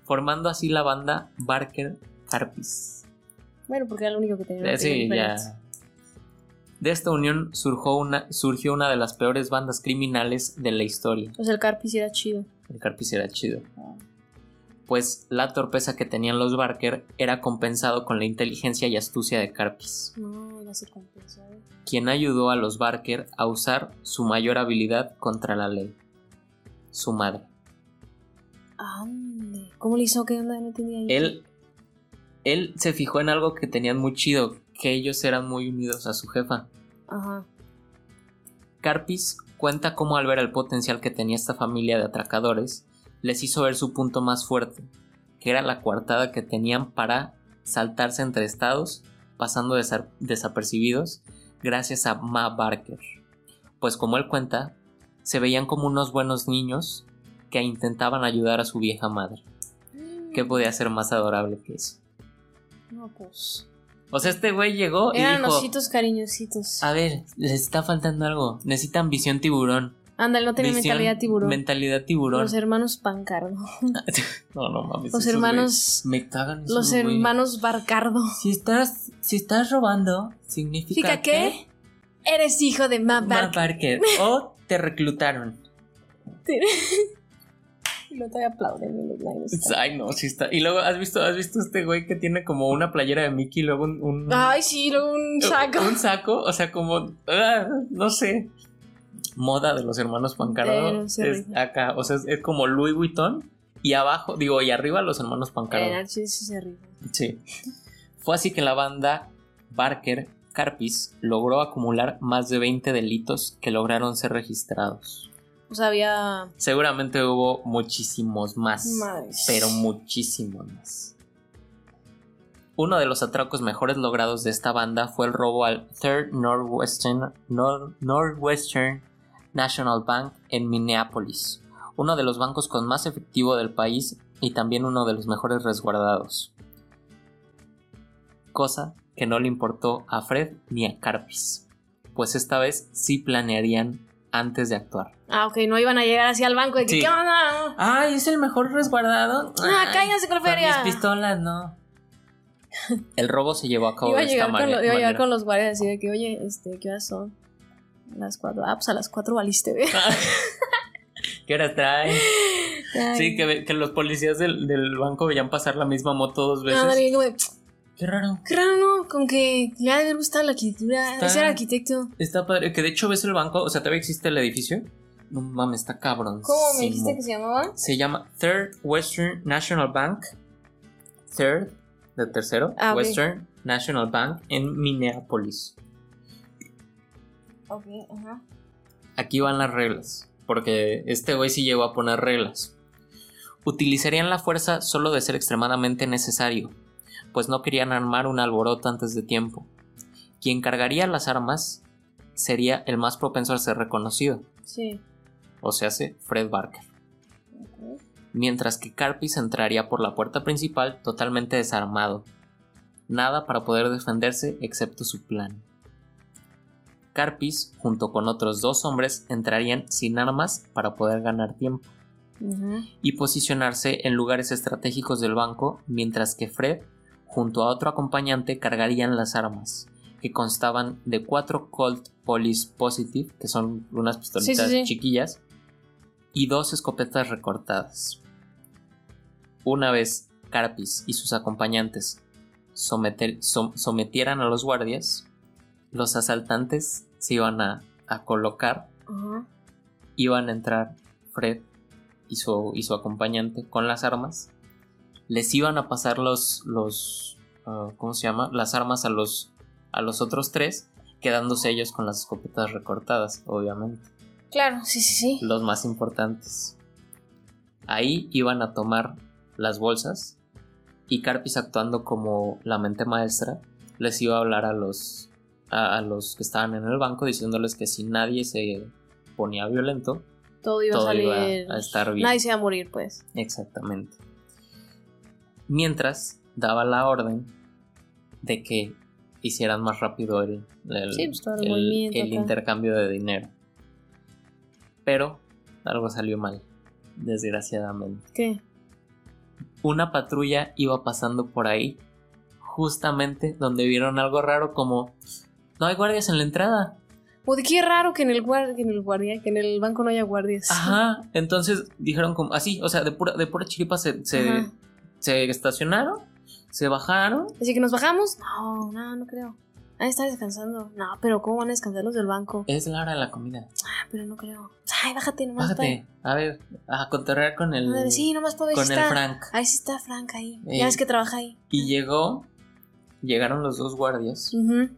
Speaker 1: Formando así la banda Barker Carpis.
Speaker 2: Bueno, porque era lo único que tenía.
Speaker 1: Eh, sí, ya.
Speaker 2: pues,
Speaker 1: De esta unión surgió una, surgió una de las peores bandas criminales de la historia.
Speaker 2: O sea, pues, el Carpi sí era chido.
Speaker 1: El Carpis era chido. Pues la torpeza que tenían los Barker era compensado con la inteligencia y astucia de Carpis,
Speaker 2: No, ya se compensó.
Speaker 1: quien ayudó a los Barker a usar su mayor habilidad contra la ley. Su madre.
Speaker 2: Ande. ¿Cómo le hizo? ¿Qué onda? No tenía idea.
Speaker 1: Él, él se fijó en algo que tenían muy chido, que ellos eran muy unidos a su jefa.
Speaker 2: Ajá.
Speaker 1: Carpis cuenta cómo al ver el potencial que tenía esta familia de atracadores, les hizo ver su punto más fuerte, que era la coartada que tenían para saltarse entre estados, pasando desa- desapercibidos, gracias a Ma Barker. Pues como él cuenta, se veían como unos buenos niños que intentaban ayudar a su vieja madre. ¿Qué podía ser más adorable que eso?
Speaker 2: No, pues...
Speaker 1: O sea, este güey llegó y
Speaker 2: Eran
Speaker 1: dijo,
Speaker 2: ositos cariñositos.
Speaker 1: a ver, les está faltando algo, necesitan visión tiburón.
Speaker 2: Ándale, no tenía
Speaker 1: Visión-
Speaker 2: mentalidad tiburón.
Speaker 1: Mentalidad tiburón.
Speaker 2: Los hermanos Pancardo.
Speaker 1: <laughs> No, no mames.
Speaker 2: Los
Speaker 1: esos
Speaker 2: hermanos.
Speaker 1: güeyes. Me cagan esos
Speaker 2: Los
Speaker 1: güeyes.
Speaker 2: hermanos Barcardo.
Speaker 1: Si estás, si estás robando, significa
Speaker 2: ¿Significa qué? Eres hijo de Matt
Speaker 1: Matt
Speaker 2: Barcardo.
Speaker 1: Barker. O te reclutaron. <laughs>
Speaker 2: <laughs> No te aplauden en los lives.
Speaker 1: Ay, no, sí está. Y luego, ¿has visto, has visto este güey que tiene como una playera de Mickey y luego un. un-
Speaker 2: Ay, sí, luego Ah, un saco.
Speaker 1: Un saco, o sea, como. ah, no sé. Moda de los hermanos Pancardo.
Speaker 2: Eh, no sé,
Speaker 1: es
Speaker 2: rico.
Speaker 1: acá, o sea, es, es como Louis Vuitton. Y abajo, digo, y arriba los hermanos Pancardo.
Speaker 2: Eh, sí, sí, se ríe.
Speaker 1: Sí. Fue así que la banda Barker Carpis logró acumular más de 20 delitos que lograron ser registrados.
Speaker 2: O sea, había.
Speaker 1: Seguramente hubo muchísimos más,
Speaker 2: Madres.
Speaker 1: pero muchísimos más. Uno de los atracos mejores logrados de esta banda fue el robo al Third Northwestern, Nor- Northwestern National Bank en Minneapolis, uno de los bancos con más efectivo del país y también uno de los mejores resguardados. Cosa que no le importó a Fred ni a Carpis, pues esta vez sí planearían antes de actuar.
Speaker 2: Ah, ok, no iban a llegar así al banco de que,
Speaker 1: Sí.
Speaker 2: ¿qué onda?
Speaker 1: ¡Ay, es el mejor resguardado!
Speaker 2: Ah,
Speaker 1: Ay,
Speaker 2: cállense con la feria.
Speaker 1: Con mis pistolas, no. <laughs> El robo se llevó a cabo
Speaker 2: Iba a
Speaker 1: de esta
Speaker 2: llegar, con,
Speaker 1: mane-
Speaker 2: lo- iba a llegar
Speaker 1: manera.
Speaker 2: con los guardias así de que, oye, este, ¿qué horas son? A Las cuatro. Ah, pues a las cuatro valiste, ¿ve?
Speaker 1: ¿Qué horas traen?
Speaker 2: <laughs> Ay.
Speaker 1: Sí, que, ve- que los policías del, del banco veían pasar la misma moto dos veces.
Speaker 2: Ándale, como de,
Speaker 1: Qué raro.
Speaker 2: qué raro, ¿no? Con que le ha de haber gustado la arquitectura.
Speaker 1: Está-
Speaker 2: Ese era arquitecto.
Speaker 1: Está padre. Que de hecho ves el banco, o sea, todavía existe el edificio. No mames, está cabrón.
Speaker 2: ¿Cómo me dijiste que se llamaba?
Speaker 1: Se llama Third Western National Bank. Third, de tercero.
Speaker 2: Ah, ok.
Speaker 1: Western National Bank en Minneapolis.
Speaker 2: Ok, ajá.
Speaker 1: Aquí van las reglas, porque este güey sí llegó a poner reglas. Utilizarían la fuerza solo de ser extremadamente necesario, pues no querían armar un alboroto antes de tiempo. Quien cargaría las armas sería el más propenso a ser reconocido,
Speaker 2: Sí.
Speaker 1: o sea, Fred Barker, mientras que Carpis entraría por la puerta principal totalmente desarmado. Nada para poder defenderse excepto su plan. Carpis, junto con otros dos hombres, entrarían sin armas para poder ganar tiempo
Speaker 2: Ujú.
Speaker 1: y posicionarse en lugares estratégicos del banco, mientras que Fred, junto a otro acompañante, cargarían las armas, que constaban de cuatro Colt Police Positive, que son unas pistolitas
Speaker 2: Sí, sí, sí.
Speaker 1: chiquillas, y dos escopetas recortadas. Una vez Carpis y sus acompañantes someter- som- sometieran a los guardias, los asaltantes se iban a- a colocar
Speaker 2: Ajá.
Speaker 1: iban a entrar Fred y su, y su acompañante con las armas. Les iban a pasar los, los ah, ¿cómo se llama? Las armas a los, a los otros tres, quedándose ellos con las escopetas recortadas, obviamente.
Speaker 2: Claro, sí, sí, sí.
Speaker 1: Los más importantes. Ahí iban a tomar las bolsas y Carpis actuando como la mente maestra les iba a hablar a los, a, a los que estaban en el banco diciéndoles que si nadie se ponía violento,
Speaker 2: Todo iba a
Speaker 1: todo iba
Speaker 2: salir.
Speaker 1: a estar bien.
Speaker 2: Nadie se iba a morir, pues.
Speaker 1: Exactamente. Mientras daba la orden de que hicieran más rápido el, el-
Speaker 2: Sí, pues, todo el
Speaker 1: el-
Speaker 2: movimiento
Speaker 1: el
Speaker 2: acá.
Speaker 1: intercambio de dinero. Pero algo salió mal, desgraciadamente.
Speaker 2: ¿Qué?
Speaker 1: Una patrulla iba pasando por ahí, justamente donde vieron algo raro como, no hay guardias en la entrada.
Speaker 2: O de qué raro que en el guardia, que en el guardia, que en el banco no haya guardias.
Speaker 1: Ajá, entonces dijeron como, así, o sea, de pura, de pura chiripa se, se,
Speaker 2: Ajá.
Speaker 1: se estacionaron, se bajaron
Speaker 2: Así que nos bajamos. No, no, no creo. Ah, está descansando. No, pero ¿cómo van a descansar los del banco?
Speaker 1: Es la hora de la comida.
Speaker 2: Ah, pero no creo. Ay, bájate nomás.
Speaker 1: Bájate. A ver, a contorrear con el,
Speaker 2: Para... Ah, Sí, nomás para ver
Speaker 1: con
Speaker 2: si
Speaker 1: el
Speaker 2: está.
Speaker 1: Frank.
Speaker 2: Ahí sí está Frank ahí.
Speaker 1: Eh.
Speaker 2: Ya ves que trabaja ahí.
Speaker 1: Y llegó, llegaron los dos guardias,
Speaker 2: Ujú.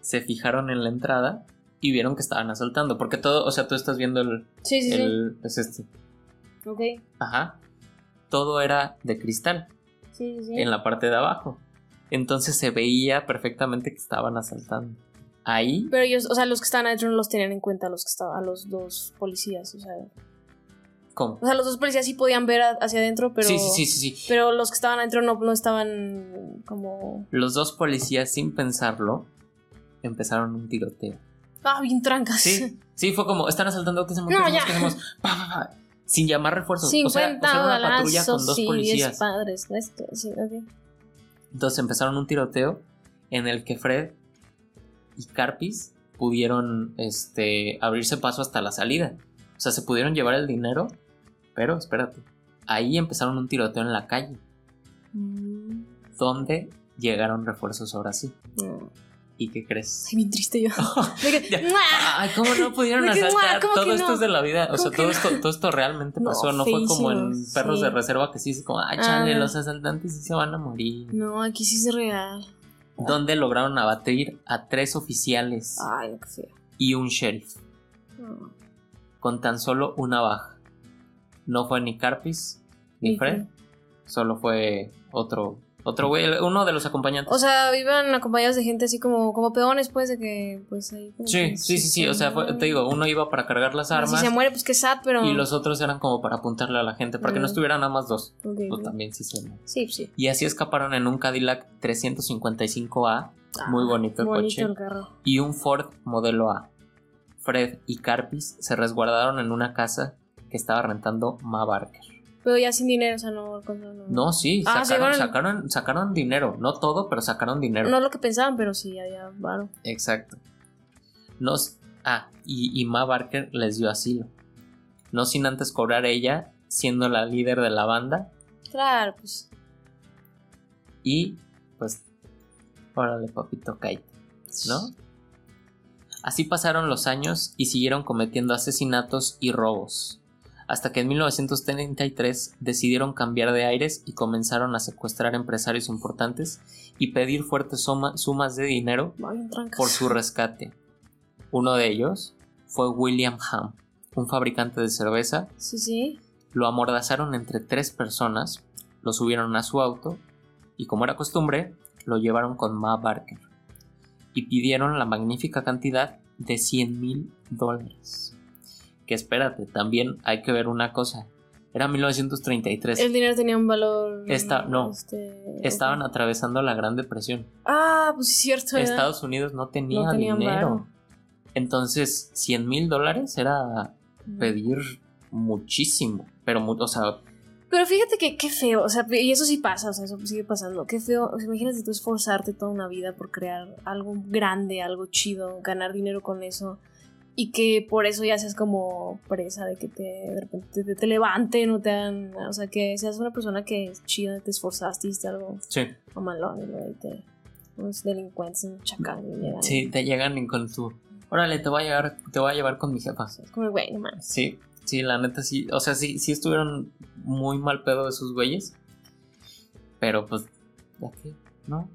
Speaker 1: se fijaron en la entrada y vieron que estaban asaltando. Porque todo, o sea, tú estás viendo el.
Speaker 2: Sí, sí,
Speaker 1: el- es este.
Speaker 2: sí. Ok.
Speaker 1: Ajá. Todo era de cristal
Speaker 2: Sí, sí, sí.
Speaker 1: en la parte de abajo. Entonces se veía perfectamente que estaban asaltando. Ahí
Speaker 2: Pero ellos, o sea, los que estaban adentro no los tenían en cuenta los que estaban, a los dos policías, o sea.
Speaker 1: ¿Cómo?
Speaker 2: O sea, los dos policías sí podían ver a- hacia adentro, pero.
Speaker 1: Sí, sí, sí, sí, sí.
Speaker 2: Pero los que estaban adentro no, no estaban como.
Speaker 1: Los dos policías, sin pensarlo, empezaron un tiroteo.
Speaker 2: Ah, bien trancas. <laughs>
Speaker 1: Sí, sí, fue como, están asaltando, ¿qué hacemos? ¿Qué
Speaker 2: No,
Speaker 1: hacemos?
Speaker 2: ya.
Speaker 1: ¿Qué hacemos?
Speaker 2: <laughs>
Speaker 1: Pa, pa, pa. Sin llamar refuerzos. O sea,
Speaker 2: 50
Speaker 1: o sea, era una patrulla con
Speaker 2: balazos
Speaker 1: dos
Speaker 2: y 10
Speaker 1: policías.
Speaker 2: padres. ¿no? Este, Sí, ok.
Speaker 1: Entonces empezaron un tiroteo en el que Fred y Carpis pudieron este, abrirse paso hasta la salida. O sea, se pudieron llevar el dinero, pero espérate. Ahí empezaron un tiroteo en la calle,
Speaker 2: Mm.
Speaker 1: donde llegaron refuerzos ahora sí.
Speaker 2: No.
Speaker 1: ¿Y qué crees?
Speaker 2: Ay, bien triste yo.
Speaker 1: <laughs>
Speaker 2: De que,
Speaker 1: Ya.
Speaker 2: ¡mua!
Speaker 1: Ay, ¿cómo no pudieron
Speaker 2: De que,
Speaker 1: asaltar?
Speaker 2: ¿cómo que
Speaker 1: Todo esto
Speaker 2: no?
Speaker 1: es de la vida. O
Speaker 2: ¿Cómo
Speaker 1: sea,
Speaker 2: que
Speaker 1: todo,
Speaker 2: no?
Speaker 1: esto, todo esto realmente
Speaker 2: No,
Speaker 1: pasó. No fue como en
Speaker 2: feísimo,
Speaker 1: perros
Speaker 2: sí.
Speaker 1: de reserva que sí es como, ah, chale,
Speaker 2: Ah.
Speaker 1: los asaltantes sí se van a morir.
Speaker 2: No, aquí sí es real.
Speaker 1: Donde lograron abatir a tres oficiales
Speaker 2: Ay, lo que sea.
Speaker 1: y un sheriff
Speaker 2: No.
Speaker 1: con tan solo una baja. No fue ni Carpis ni
Speaker 2: Ni
Speaker 1: Fred, solo fue otro, otro güey, el- uno de los acompañantes.
Speaker 2: O sea, iban acompañados de gente así como, como peones, pues, de que, pues, ahí como
Speaker 1: sí,
Speaker 2: que
Speaker 1: sí, sí, sí.
Speaker 2: se
Speaker 1: O sea, fue- te
Speaker 2: mueven.
Speaker 1: digo, uno iba para cargar las
Speaker 2: Ah, Si
Speaker 1: armas
Speaker 2: se muere, pues qué sad, pero...
Speaker 1: y los otros eran como para apuntarle a la gente, para que no
Speaker 2: Mm.
Speaker 1: estuvieran nada más dos.
Speaker 2: Ok,
Speaker 1: Pues
Speaker 2: ok.
Speaker 1: también sí se
Speaker 2: Sí, pues, sí.
Speaker 1: Y así escaparon en un Cadillac 355A, muy bonito el
Speaker 2: Ah, bonito
Speaker 1: coche,
Speaker 2: el carro.
Speaker 1: y un Ford modelo A. Fred y Carpis se resguardaron en una casa que estaba rentando Ma Barker.
Speaker 2: Pero ya sin dinero, o sea, no... alcanzaron,
Speaker 1: No, sí,
Speaker 2: Ah,
Speaker 1: sacaron,
Speaker 2: sí, bueno.
Speaker 1: sacaron, sacaron dinero, no todo, pero sacaron dinero.
Speaker 2: No lo que pensaban, pero sí, había varo.
Speaker 1: Exacto. Nos, ah, y, y Ma Barker les dio asilo. No sin antes cobrar ella, siendo la líder de la banda,
Speaker 2: Claro, pues...
Speaker 1: y pues, órale, papito, cállate. ¿no? Así pasaron los años y siguieron cometiendo asesinatos y robos, hasta que en 1933 decidieron cambiar de aires y comenzaron a secuestrar empresarios importantes y pedir fuertes soma- sumas de dinero
Speaker 2: Va bien trancas.
Speaker 1: por su rescate. Uno de ellos fue William Ham, un fabricante de cerveza.
Speaker 2: Sí, sí.
Speaker 1: Lo amordazaron entre tres personas, lo subieron a su auto y como era costumbre, lo llevaron con Ma Barker y pidieron la magnífica cantidad de 100 mil dólares. Que espérate, también hay que ver una cosa. Era 1933.
Speaker 2: El dinero tenía un valor...
Speaker 1: Esta- no.
Speaker 2: este,
Speaker 1: Estaban atravesando la Gran Depresión.
Speaker 2: Ah, pues sí, es cierto. ¿verdad?
Speaker 1: Estados Unidos no tenía
Speaker 2: No tenían
Speaker 1: dinero.
Speaker 2: varo.
Speaker 1: Entonces, 100 mil dólares era
Speaker 2: Mm.
Speaker 1: pedir muchísimo. Pero, mu- o sea,
Speaker 2: Pero fíjate que qué feo, o sea, y eso sí pasa, o sea, eso sigue pasando. Qué feo, o sea, imagínate tú esforzarte toda una vida por crear algo grande, algo chido, ganar dinero con eso y que por eso ya seas como presa de que te, de repente te, te levanten o te hagan, o sea, que seas una persona que es chida, te esforzaste, hiciste algo
Speaker 1: sí,
Speaker 2: malón, ¿no? Y te unos delincuentes en chacán y llegan.
Speaker 1: sí, te llegan y con tu. Órale, te voy a llevar, te voy a llevar con mi jefa.
Speaker 2: O sea, es como, güey, no mames.
Speaker 1: Sí, sí, la neta sí. O sea, sí, sí estuvieron muy mal pedo de sus güeyes. Pero pues, ya qué, ¿no?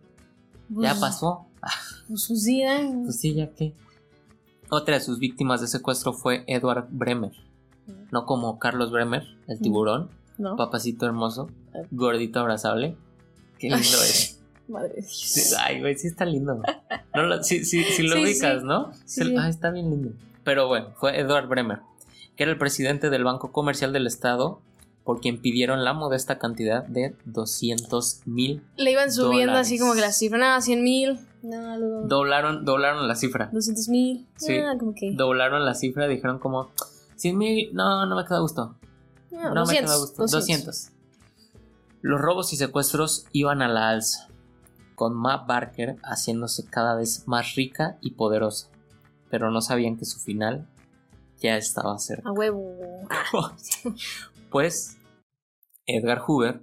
Speaker 1: Ya
Speaker 2: Pues,
Speaker 1: pasó. Ah,
Speaker 2: Pues sus días.
Speaker 1: pues sí, ya qué. Otra de sus víctimas de secuestro fue Edward Bremer. No como Carlos Bremer, el tiburón,
Speaker 2: Mm. ¿No?
Speaker 1: papacito hermoso, gordito abrazable. Qué lindo es.
Speaker 2: Madre de Dios.
Speaker 1: Sí, Ay, güey, sí está lindo. No lo- sí, sí, sí lo
Speaker 2: Sí,
Speaker 1: ubicas,
Speaker 2: sí.
Speaker 1: ¿no?
Speaker 2: Sí,
Speaker 1: Se-
Speaker 2: sí.
Speaker 1: Ah, está bien lindo. Pero bueno, fue Edward Bremer, que era el presidente del Banco Comercial del Estado, por quien pidieron la modesta cantidad de 200 mil.
Speaker 2: Le iban subiendo
Speaker 1: Dólares.
Speaker 2: así como que la cifra, nada, 100 mil, nada, luego
Speaker 1: Doblaron, doblaron la cifra.
Speaker 2: 200 mil,
Speaker 1: Sí.
Speaker 2: nada, como que
Speaker 1: Doblaron la cifra, dijeron como 100 mil, no, no me queda gusto.
Speaker 2: ah,
Speaker 1: No,
Speaker 2: 200,
Speaker 1: me queda gusto. 200. Los robos y secuestros iban a la alza, con Ma Barker haciéndose cada vez más rica y poderosa, pero no sabían que su final ya estaba cerca.
Speaker 2: A huevo.
Speaker 1: <laughs> Pues Edgar Hoover,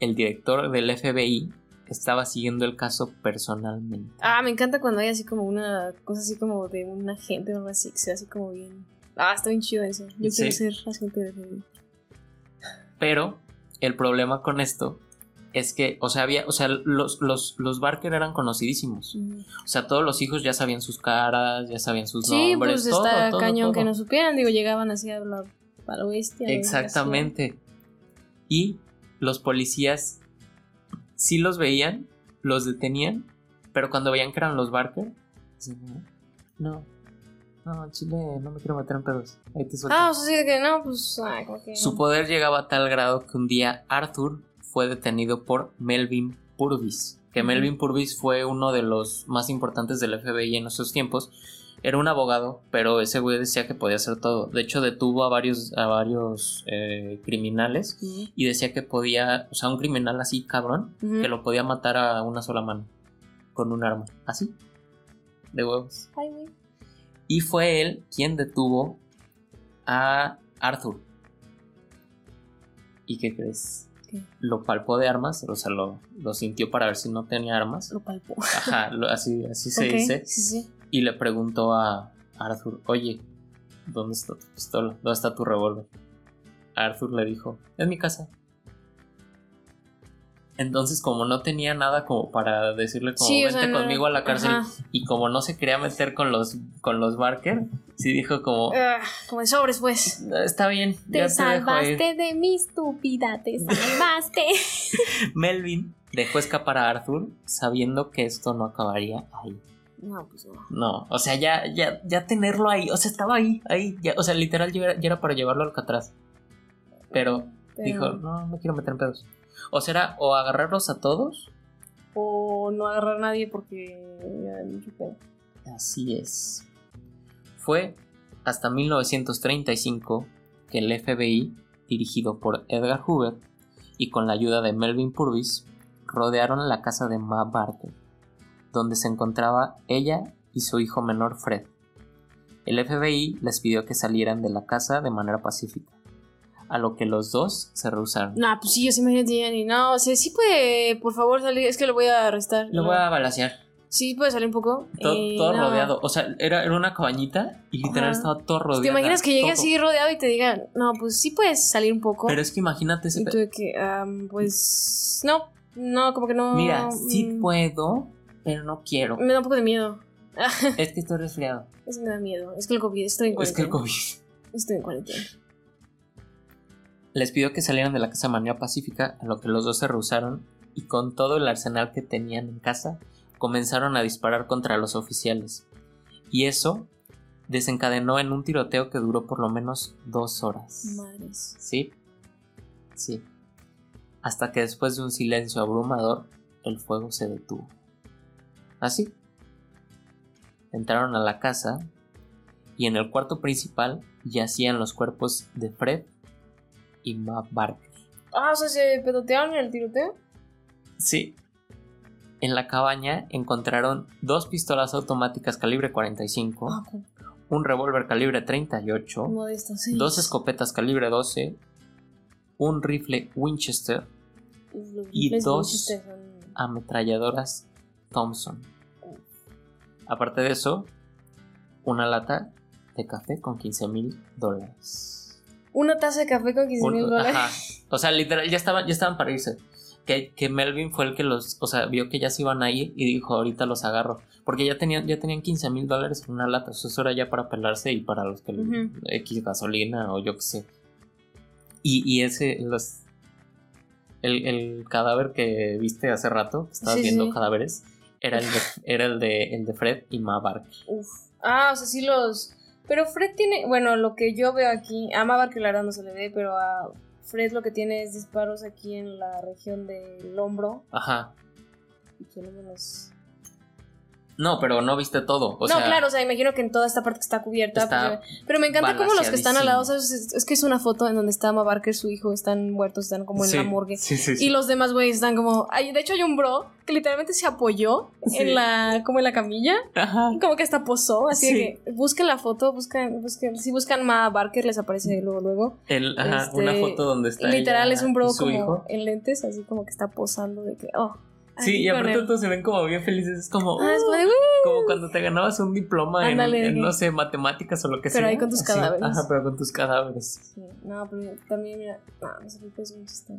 Speaker 1: el director del FBI, estaba siguiendo el caso personalmente.
Speaker 2: Ah, me encanta cuando hay así como una cosa así como de un agente o algo así, que sea así como bien. Ah, está bien chido eso. Yo
Speaker 1: Sí.
Speaker 2: quiero ser agente de FBI.
Speaker 1: Pero el problema con esto es que, o sea, había, o sea, los, los, los Barker eran conocidísimos.
Speaker 2: Ujú.
Speaker 1: O sea, todos los hijos ya sabían sus caras, ya sabían sus
Speaker 2: Sí,
Speaker 1: nombres,
Speaker 2: pues
Speaker 1: todo,
Speaker 2: está
Speaker 1: todo,
Speaker 2: cañón
Speaker 1: todo.
Speaker 2: que no supieran, digo, llegaban así a la, a la bestia. a la
Speaker 1: Exactamente. Y los policías sí los veían, los detenían, pero cuando veían que eran los Barker, decían, no, no, Chile, no me quiero meter en pedos. Ahí te
Speaker 2: desgracia.
Speaker 1: suelto".
Speaker 2: Ah, o sea, sí, de que no, pues. Ah, como que.
Speaker 1: Su poder llegaba a tal grado que un día Arthur fue detenido por Melvin Purvis. Que
Speaker 2: Ujú.
Speaker 1: Melvin Purvis fue uno de los más importantes del FBI en nuestros tiempos. Era un abogado, pero ese güey decía que podía hacer todo. De hecho, detuvo a varios, a varios eh, criminales
Speaker 2: Ujú.
Speaker 1: y decía que podía, o sea, un criminal así cabrón,
Speaker 2: Ujú.
Speaker 1: que lo podía matar a una sola mano con un arma, así, de huevos.
Speaker 2: Ay, güey.
Speaker 1: Y fue él quien detuvo a Arthur. ¿Y qué crees?
Speaker 2: ¿Qué?
Speaker 1: Lo palpó de armas, o sea, lo, lo sintió para ver si no tenía armas.
Speaker 2: <laughs> Lo palpó.
Speaker 1: Ajá, lo- así, así se
Speaker 2: Ok,
Speaker 1: dice.
Speaker 2: Sí, sí.
Speaker 1: Y le preguntó a Arthur, oye, ¿dónde está tu pistola? ¿Dónde está tu revólver? Arthur le dijo, en mi casa. Entonces, como no tenía nada como para decirle como
Speaker 2: Sí, o
Speaker 1: vente
Speaker 2: sea, no-
Speaker 1: conmigo a la cárcel
Speaker 2: ajá.
Speaker 1: y como no se quería meter con los con los Barker, sí dijo como
Speaker 2: Ah, como de sobres, pues.
Speaker 1: está bien, ya
Speaker 2: Te
Speaker 1: te dejo ir".
Speaker 2: salvaste de mi estúpida,
Speaker 1: <laughs>
Speaker 2: te salvaste.
Speaker 1: Melvin dejó escapar a Arthur sabiendo que esto no acabaría ahí.
Speaker 2: no, pues no.
Speaker 1: No, o sea, ya, ya, ya tenerlo ahí. O sea, estaba ahí, ahí. ya, o sea, literal, ya era, ya era para llevarlo al Alcatraz. Pero
Speaker 2: Pero-
Speaker 1: dijo, no, no quiero meter en pedos. O sea, era o agarrarlos a todos.
Speaker 2: O no agarrar a nadie porque ya, mucho pedo.
Speaker 1: Así es. Fue hasta 1935 que el FBI, dirigido por Edgar Hoover y con la ayuda de Melvin Purvis, rodearon la casa de Ma Barker, donde se encontraba ella y su hijo menor Fred. El FBI les pidió que salieran de la casa de manera pacífica, a lo que los dos se rehusaron.
Speaker 2: Nah, pues sí, yo sí imagínate ya ni no, o sea, sí puede, por favor, salir, es que lo voy a arrestar.
Speaker 1: Lo voy a balasear.
Speaker 2: Sí puede salir un poco.
Speaker 1: Todo,
Speaker 2: eh,
Speaker 1: todo
Speaker 2: no.
Speaker 1: rodeado. O sea, era, era una cabañita y literal
Speaker 2: Ajá.
Speaker 1: estaba todo rodeado.
Speaker 2: ¿Te imaginas que llegue
Speaker 1: todo.
Speaker 2: así rodeado y te digan, no, pues sí puedes salir un poco?
Speaker 1: Pero es que imagínate ese
Speaker 2: y tú
Speaker 1: pe-
Speaker 2: de que, am, pues, no, no, como que no.
Speaker 1: Mira, sí
Speaker 2: mm,
Speaker 1: puedo, pero no
Speaker 2: <laughs>
Speaker 1: quiero.
Speaker 2: Me da un poco de miedo.
Speaker 1: Es que estoy resfriado.
Speaker 2: Eso me da miedo. Es que el COVID, estoy en
Speaker 1: Es
Speaker 2: cuarentena.
Speaker 1: que el COVID.
Speaker 2: Estoy en cuarentena.
Speaker 1: Les pidió que salieran de la casa de manera pacífica, a lo que los dos se rehusaron y con todo el arsenal que tenían en casa, comenzaron a disparar contra los oficiales. Y eso desencadenó en un tiroteo que duró por lo menos dos horas.
Speaker 2: Madres.
Speaker 1: Sí, sí. Hasta que después de un silencio abrumador, el fuego se detuvo. Así. Entraron a la casa y en el cuarto principal yacían los cuerpos de Fred y Ma Barker.
Speaker 2: Ah, o sea, se pedotearon en el tiroteo.
Speaker 1: Sí. En la cabaña encontraron dos pistolas automáticas calibre 45,
Speaker 2: Ah, con-
Speaker 1: un revólver calibre 38,
Speaker 2: como de estos, sí.
Speaker 1: dos escopetas calibre 12, un rifle Winchester
Speaker 2: Los
Speaker 1: y
Speaker 2: rifles
Speaker 1: dos-
Speaker 2: Winchester son-
Speaker 1: ametralladoras Thompson. Aparte de eso, una lata de café con 15 mil dólares.
Speaker 2: Una taza de café con 15 mil
Speaker 1: Un-
Speaker 2: dólares.
Speaker 1: ajá.
Speaker 2: <laughs>
Speaker 1: O sea, literal, ya estaban, ya estaban para irse. Que, que Melvin fue el que los, o sea, vio que ya se iban a ir y dijo, ahorita los agarro. Porque ya tenían, ya tenían 15 mil dólares en una lata. O sea, eso era ya para pelarse y para los que
Speaker 2: Ujú.
Speaker 1: X gasolina o yo qué sé. Y, y ese, los, el, el cadáver que viste hace rato, que estabas
Speaker 2: Sí,
Speaker 1: viendo
Speaker 2: sí.
Speaker 1: cadáveres, Era
Speaker 2: <laughs>
Speaker 1: el de, era el de, el de Fred y Ma Barker.
Speaker 2: Uf. Ah, o sea, sí los. Pero Fred tiene. Bueno, lo que yo veo aquí. A Mabar que la verdad no se le ve, pero a Fred lo que tiene es disparos aquí en la región del hombro.
Speaker 1: Ajá.
Speaker 2: Y tiene menos.
Speaker 1: No, pero no viste todo. O
Speaker 2: no,
Speaker 1: sea,
Speaker 2: claro, o sea, imagino que en toda esta parte que está cubierta.
Speaker 1: Está
Speaker 2: pues, pero me encanta cómo los que están al lado, ¿sabes? Es, es que es una foto en donde está Emma Barker, su hijo, están muertos, están como en
Speaker 1: Sí,
Speaker 2: la morgue.
Speaker 1: Sí, sí, sí.
Speaker 2: Y los demás güeyes están como. ay, de hecho, hay un bro que literalmente se apoyó
Speaker 1: Sí.
Speaker 2: en la. como en la camilla.
Speaker 1: Ajá.
Speaker 2: Como que hasta posó. Así de
Speaker 1: Sí.
Speaker 2: que busquen la foto, buscan, busquen, si buscan Ma Barker, les aparece luego, luego.
Speaker 1: El- ajá,
Speaker 2: Este,
Speaker 1: una foto donde está.
Speaker 2: Literal
Speaker 1: ella
Speaker 2: es un bro
Speaker 1: y su
Speaker 2: como
Speaker 1: hijo.
Speaker 2: en lentes, así como que está posando de que. Oh,
Speaker 1: Sí,
Speaker 2: aquí
Speaker 1: y
Speaker 2: con
Speaker 1: aparte Oh.
Speaker 2: él.
Speaker 1: todos se ven como bien felices. Es como,
Speaker 2: Ah, es como de, "Uh".
Speaker 1: como cuando te ganabas un diploma en,
Speaker 2: Ándale,
Speaker 1: en,
Speaker 2: de-
Speaker 1: no sé, matemáticas o lo que sea.
Speaker 2: Pero ahí con tus
Speaker 1: Así,
Speaker 2: cadáveres.
Speaker 1: Ajá, pero con tus cadáveres.
Speaker 2: Sí, no, pero también mira, no, no sé qué es un chiste.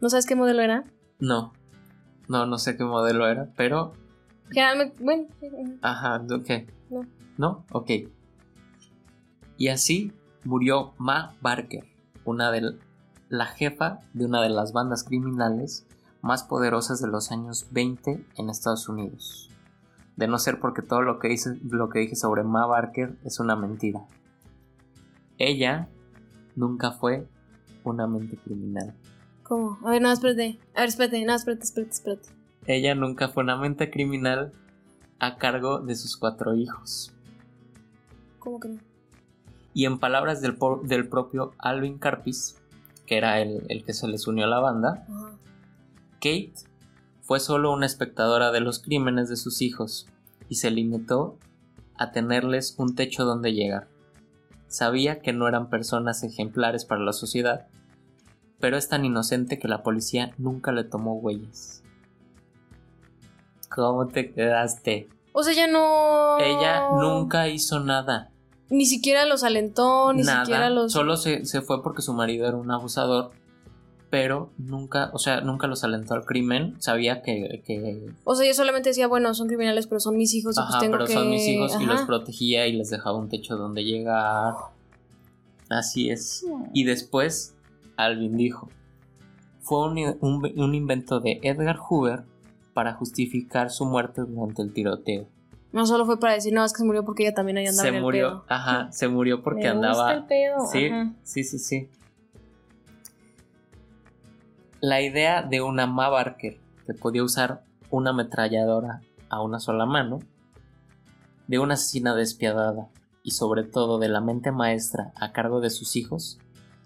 Speaker 2: ¿No sabes qué modelo era?
Speaker 1: No. No, no sé qué modelo era, pero.
Speaker 2: Generalmente, bueno, sí,
Speaker 1: Ajá, ¿de ¿qué?
Speaker 2: No.
Speaker 1: ¿No? Ok. Y así murió Ma Barker, una de la jefa de una de las bandas criminales más poderosas de los años 20 en Estados Unidos. De no ser porque todo lo que, hice, lo que dije sobre Ma Barker es una mentira. Ella nunca fue una mente criminal.
Speaker 2: ¿cómo? A ver, no, espérate. A ver, espérate, no, espérate, espérate, espérate.
Speaker 1: Ella nunca fue una mente criminal a cargo de sus cuatro hijos.
Speaker 2: ¿Cómo que no?
Speaker 1: Y en palabras del, po- del propio Alvin Carpis, que era el, el que se les unió a la banda,
Speaker 2: Ajá.
Speaker 1: Kate fue solo una espectadora de los crímenes de sus hijos y se limitó a tenerles un techo donde llegar. Sabía que no eran personas ejemplares para la sociedad, pero es tan inocente que la policía nunca le tomó huellas. ¿Cómo te quedaste?
Speaker 2: O sea, ella no.
Speaker 1: Ella
Speaker 2: Oh.
Speaker 1: nunca hizo nada.
Speaker 2: Ni siquiera los alentó, ni
Speaker 1: nada.
Speaker 2: siquiera los.
Speaker 1: Solo se, se fue porque su marido era un abusador. Pero nunca, o sea, nunca los alentó al crimen. Sabía que. que
Speaker 2: O sea, ella solamente decía, bueno, son criminales, pero son mis hijos y
Speaker 1: ajá,
Speaker 2: pues tengo
Speaker 1: pero
Speaker 2: que.
Speaker 1: son mis hijos y
Speaker 2: Ajá.
Speaker 1: los protegía y les dejaba un techo donde llegar. Así es. Y después, Alvin dijo: Fue un, un- un invento de Edgar Hoover para justificar su muerte durante el tiroteo.
Speaker 2: No solo fue para decir, no, es que se murió porque ella también ahí andaba.
Speaker 1: Se
Speaker 2: en el
Speaker 1: murió,
Speaker 2: pedo.
Speaker 1: ajá, se murió porque
Speaker 2: Me gusta
Speaker 1: andaba.
Speaker 2: el pedo,
Speaker 1: Sí,
Speaker 2: ajá.
Speaker 1: sí, sí, sí. La idea de una Ma Barker que podía usar una ametralladora a una sola mano, de una asesina despiadada y sobre todo de la mente maestra a cargo de sus hijos,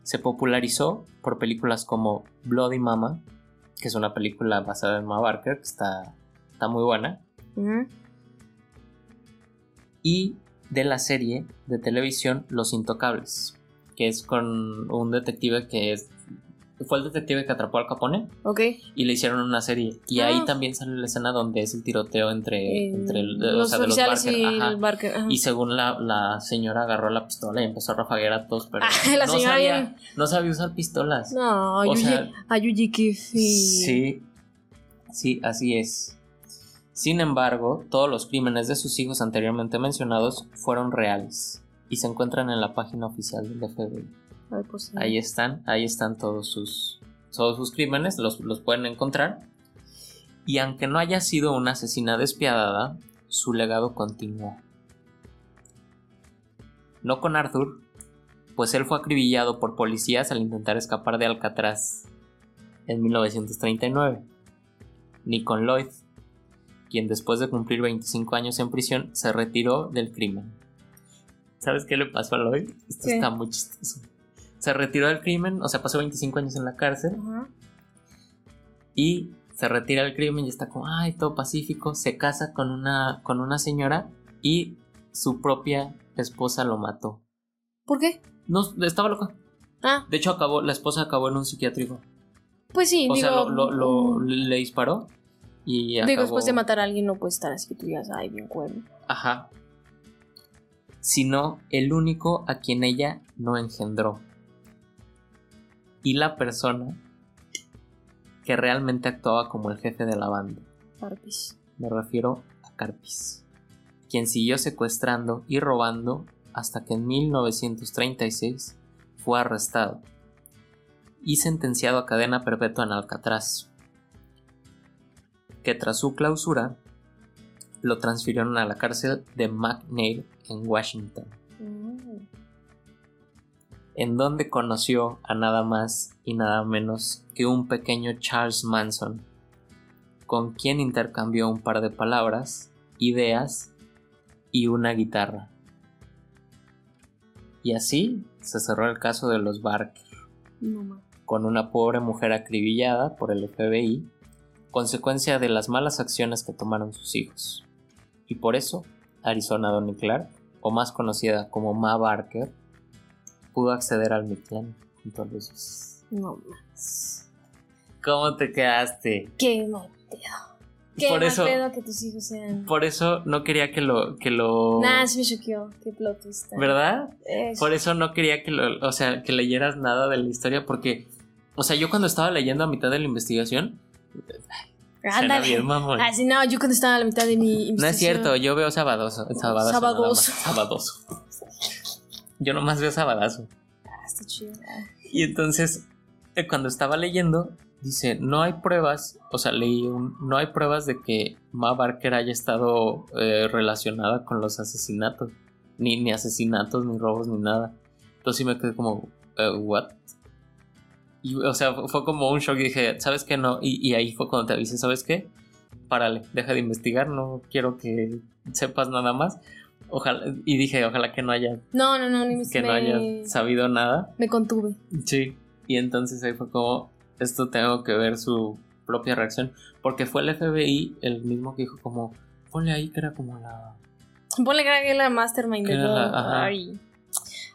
Speaker 1: se popularizó por películas como Bloody Mama, que es una película basada en Ma Barker, que está, está muy buena,
Speaker 2: Ujú.
Speaker 1: y de la serie de televisión Los Intocables, que es con un detective que es, fue el detective que atrapó al Capone
Speaker 2: Ok.
Speaker 1: y le hicieron una serie. Y
Speaker 2: Ah.
Speaker 1: ahí también sale la escena donde es el tiroteo entre,
Speaker 2: Eh,
Speaker 1: entre el- o
Speaker 2: los
Speaker 1: sea, de los
Speaker 2: oficiales
Speaker 1: Barker.
Speaker 2: y
Speaker 1: ajá.
Speaker 2: el Barker. ajá.
Speaker 1: Y según la, la señora agarró la pistola y empezó a rafaguear a todos, pero
Speaker 2: Ah, <laughs> la
Speaker 1: no,
Speaker 2: señora
Speaker 1: sabía,
Speaker 2: bien-
Speaker 1: no sabía usar pistolas.
Speaker 2: No,
Speaker 1: o
Speaker 2: Yuji,
Speaker 1: sea,
Speaker 2: a Yuji Kifi.
Speaker 1: Sí, sí, así es. Sin embargo, todos los crímenes de sus hijos anteriormente mencionados fueron reales y se encuentran en la página oficial del FBI.
Speaker 2: Ay, pues sí.
Speaker 1: Ahí están, ahí están todos sus, todos sus crímenes, los, los pueden encontrar. Y aunque no haya sido una asesina despiadada, su legado continuó. No con Arthur, pues él fue acribillado por policías al intentar escapar de Alcatraz en 1939. Ni con Lloyd, quien después de cumplir 25 años en prisión se retiró del crimen. ¿Sabes qué le pasó a Lloyd? Esto
Speaker 2: ¿Qué?
Speaker 1: está muy chistoso. Se retiró del crimen, o sea, pasó 25 años en la cárcel
Speaker 2: Ajá.
Speaker 1: y se retira del crimen y está como, ay, todo pacífico, se casa con una, con una señora y su propia esposa lo mató.
Speaker 2: ¿Por qué?
Speaker 1: No, estaba loca.
Speaker 2: Ah,
Speaker 1: De hecho, acabó, la esposa acabó en un psiquiátrico.
Speaker 2: pues sí,
Speaker 1: O
Speaker 2: digo.
Speaker 1: sea, lo, lo- lo-
Speaker 2: mm,
Speaker 1: le disparó y
Speaker 2: digo,
Speaker 1: acabó-
Speaker 2: después de matar a alguien no puede estar así que tú digas, ay, bien cuerno.
Speaker 1: Ajá. Sino el único a quien ella no engendró. Y la persona que realmente actuaba como el jefe de la banda.
Speaker 2: Carpis.
Speaker 1: Me refiero a Carpis, quien siguió secuestrando y robando hasta que en 1936 fue arrestado y sentenciado a cadena perpetua en Alcatraz. que tras su clausura lo transfirieron a la cárcel de McNair en Washington,
Speaker 2: Mm.
Speaker 1: en donde conoció a nada más y nada menos que un pequeño Charles Manson, con quien intercambió un par de palabras, ideas y una guitarra. Y así se cerró el caso de los Barker.
Speaker 2: No ma.
Speaker 1: con una pobre mujer acribillada por el FBI, consecuencia de las malas acciones que tomaron sus hijos. Y por eso, Arizona Donnie Clark, o más conocida como Ma Barker, pudo acceder al Mictlán junto a Luces.
Speaker 2: No más.
Speaker 1: ¿Cómo te quedaste?
Speaker 2: Qué mal pedo. Qué
Speaker 1: Por
Speaker 2: mal
Speaker 1: eso-
Speaker 2: pedo que tus hijos sean.
Speaker 1: Por eso no quería que lo... Que lo...
Speaker 2: Nah, sí me choqueó. Qué plot twist. Eh,
Speaker 1: ¿Verdad?
Speaker 2: Es-
Speaker 1: Oh. Por eso no quería que lo, o sea, que leyeras nada de la historia porque, o sea, yo cuando estaba leyendo a mitad de la investigación, suena
Speaker 2: Ándale.
Speaker 1: bien mamón.
Speaker 2: Así no, yo cuando estaba a la mitad de mi
Speaker 1: No es
Speaker 2: investigación-
Speaker 1: cierto, yo veo sabadoso. Sabadoso.
Speaker 2: Sabadoso.
Speaker 1: nada más, sabadoso. Yo nomás veo sabadazo.
Speaker 2: Ah, está chido.
Speaker 1: Y entonces, eh, cuando estaba leyendo, dice, no hay pruebas, o sea, leí un, no hay pruebas de que Ma Barker haya estado eh, relacionada con los asesinatos. Ni, ni asesinatos, ni robos, ni nada. Entonces sí me quedé como, eh, ¿what? Y, o sea, fu- fue como un shock y dije, ¿sabes qué? No. Y, y ahí fue cuando te avisé, ¿sabes qué? Párale, deja de investigar, no quiero que sepas nada más. Ojalá, y dije, ojalá que no haya,
Speaker 2: No, no, no, ni Pues me,
Speaker 1: que no
Speaker 2: me,
Speaker 1: haya sabido nada.
Speaker 2: me contuve.
Speaker 1: Sí. Y entonces ahí fue como, esto tengo que ver su propia reacción. Porque fue el FBI el mismo que dijo como, ponle ahí que era como la...
Speaker 2: Ponle cara que es la mastermind de
Speaker 1: Que era
Speaker 2: todo.
Speaker 1: la- ajá.
Speaker 2: Ay.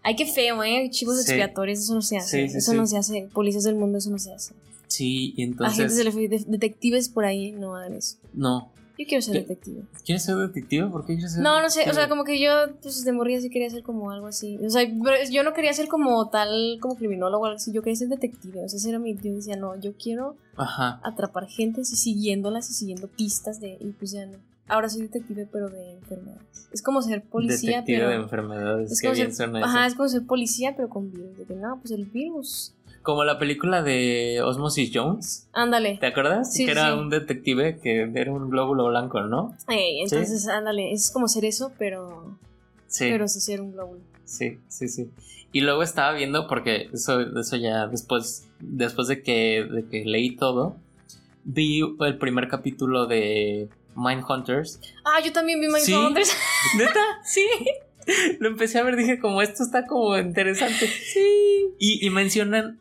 Speaker 2: Ay, qué feo, ¿eh? Chivos
Speaker 1: Sí.
Speaker 2: expiatorios, eso no se hace.
Speaker 1: Sí, sí,
Speaker 2: eso
Speaker 1: sí.
Speaker 2: no se hace. Policías del mundo, eso no se hace.
Speaker 1: Sí, y
Speaker 2: Agentes
Speaker 1: entonces...
Speaker 2: del FBI, de- detectives por ahí, no hagan eso.
Speaker 1: No.
Speaker 2: Yo quiero ser
Speaker 1: ¿Qué?
Speaker 2: detective.
Speaker 1: ¿Quieres ser detective? ¿Por qué quieres ser
Speaker 2: No, no sé, o sea,
Speaker 1: detective?
Speaker 2: como que yo, pues de morrida sí quería ser como algo así. O sea, pero yo no quería ser como tal, como criminólogo o algo así. Yo quería ser detective. O sea, ese era mi. Yo decía, no, yo quiero
Speaker 1: Ajá.
Speaker 2: atrapar gentes y siguiéndolas y siguiendo pistas de. Y pues ya no. Ahora soy detective, pero de enfermedades. Es como ser policía,
Speaker 1: detective
Speaker 2: pero.
Speaker 1: de enfermedades.
Speaker 2: Es
Speaker 1: qué
Speaker 2: como
Speaker 1: bien
Speaker 2: ser-
Speaker 1: suena eso.
Speaker 2: Ajá, es como ser policía, pero con virus. De que no, pues el virus.
Speaker 1: Como la película de Osmosis Jones.
Speaker 2: Ándale.
Speaker 1: ¿Te acuerdas?
Speaker 2: Sí,
Speaker 1: que
Speaker 2: sí,
Speaker 1: era
Speaker 2: sí.
Speaker 1: un detective que era un glóbulo blanco, ¿no?
Speaker 2: Ey, entonces, ándale. Es como ser eso, pero.
Speaker 1: Sí.
Speaker 2: Pero sin ser un glóbulo.
Speaker 1: Sí, sí, sí. Y luego estaba viendo, porque eso, eso ya después, después de que, de que leí todo, vi el primer capítulo de Mindhunters.
Speaker 2: Ah, yo también vi
Speaker 1: Sí.
Speaker 2: Mindhunters. <laughs>
Speaker 1: <laughs> ¿Neta?
Speaker 2: Sí.
Speaker 1: Lo empecé a ver, dije como esto está como interesante.
Speaker 2: Sí.
Speaker 1: Y, y mencionan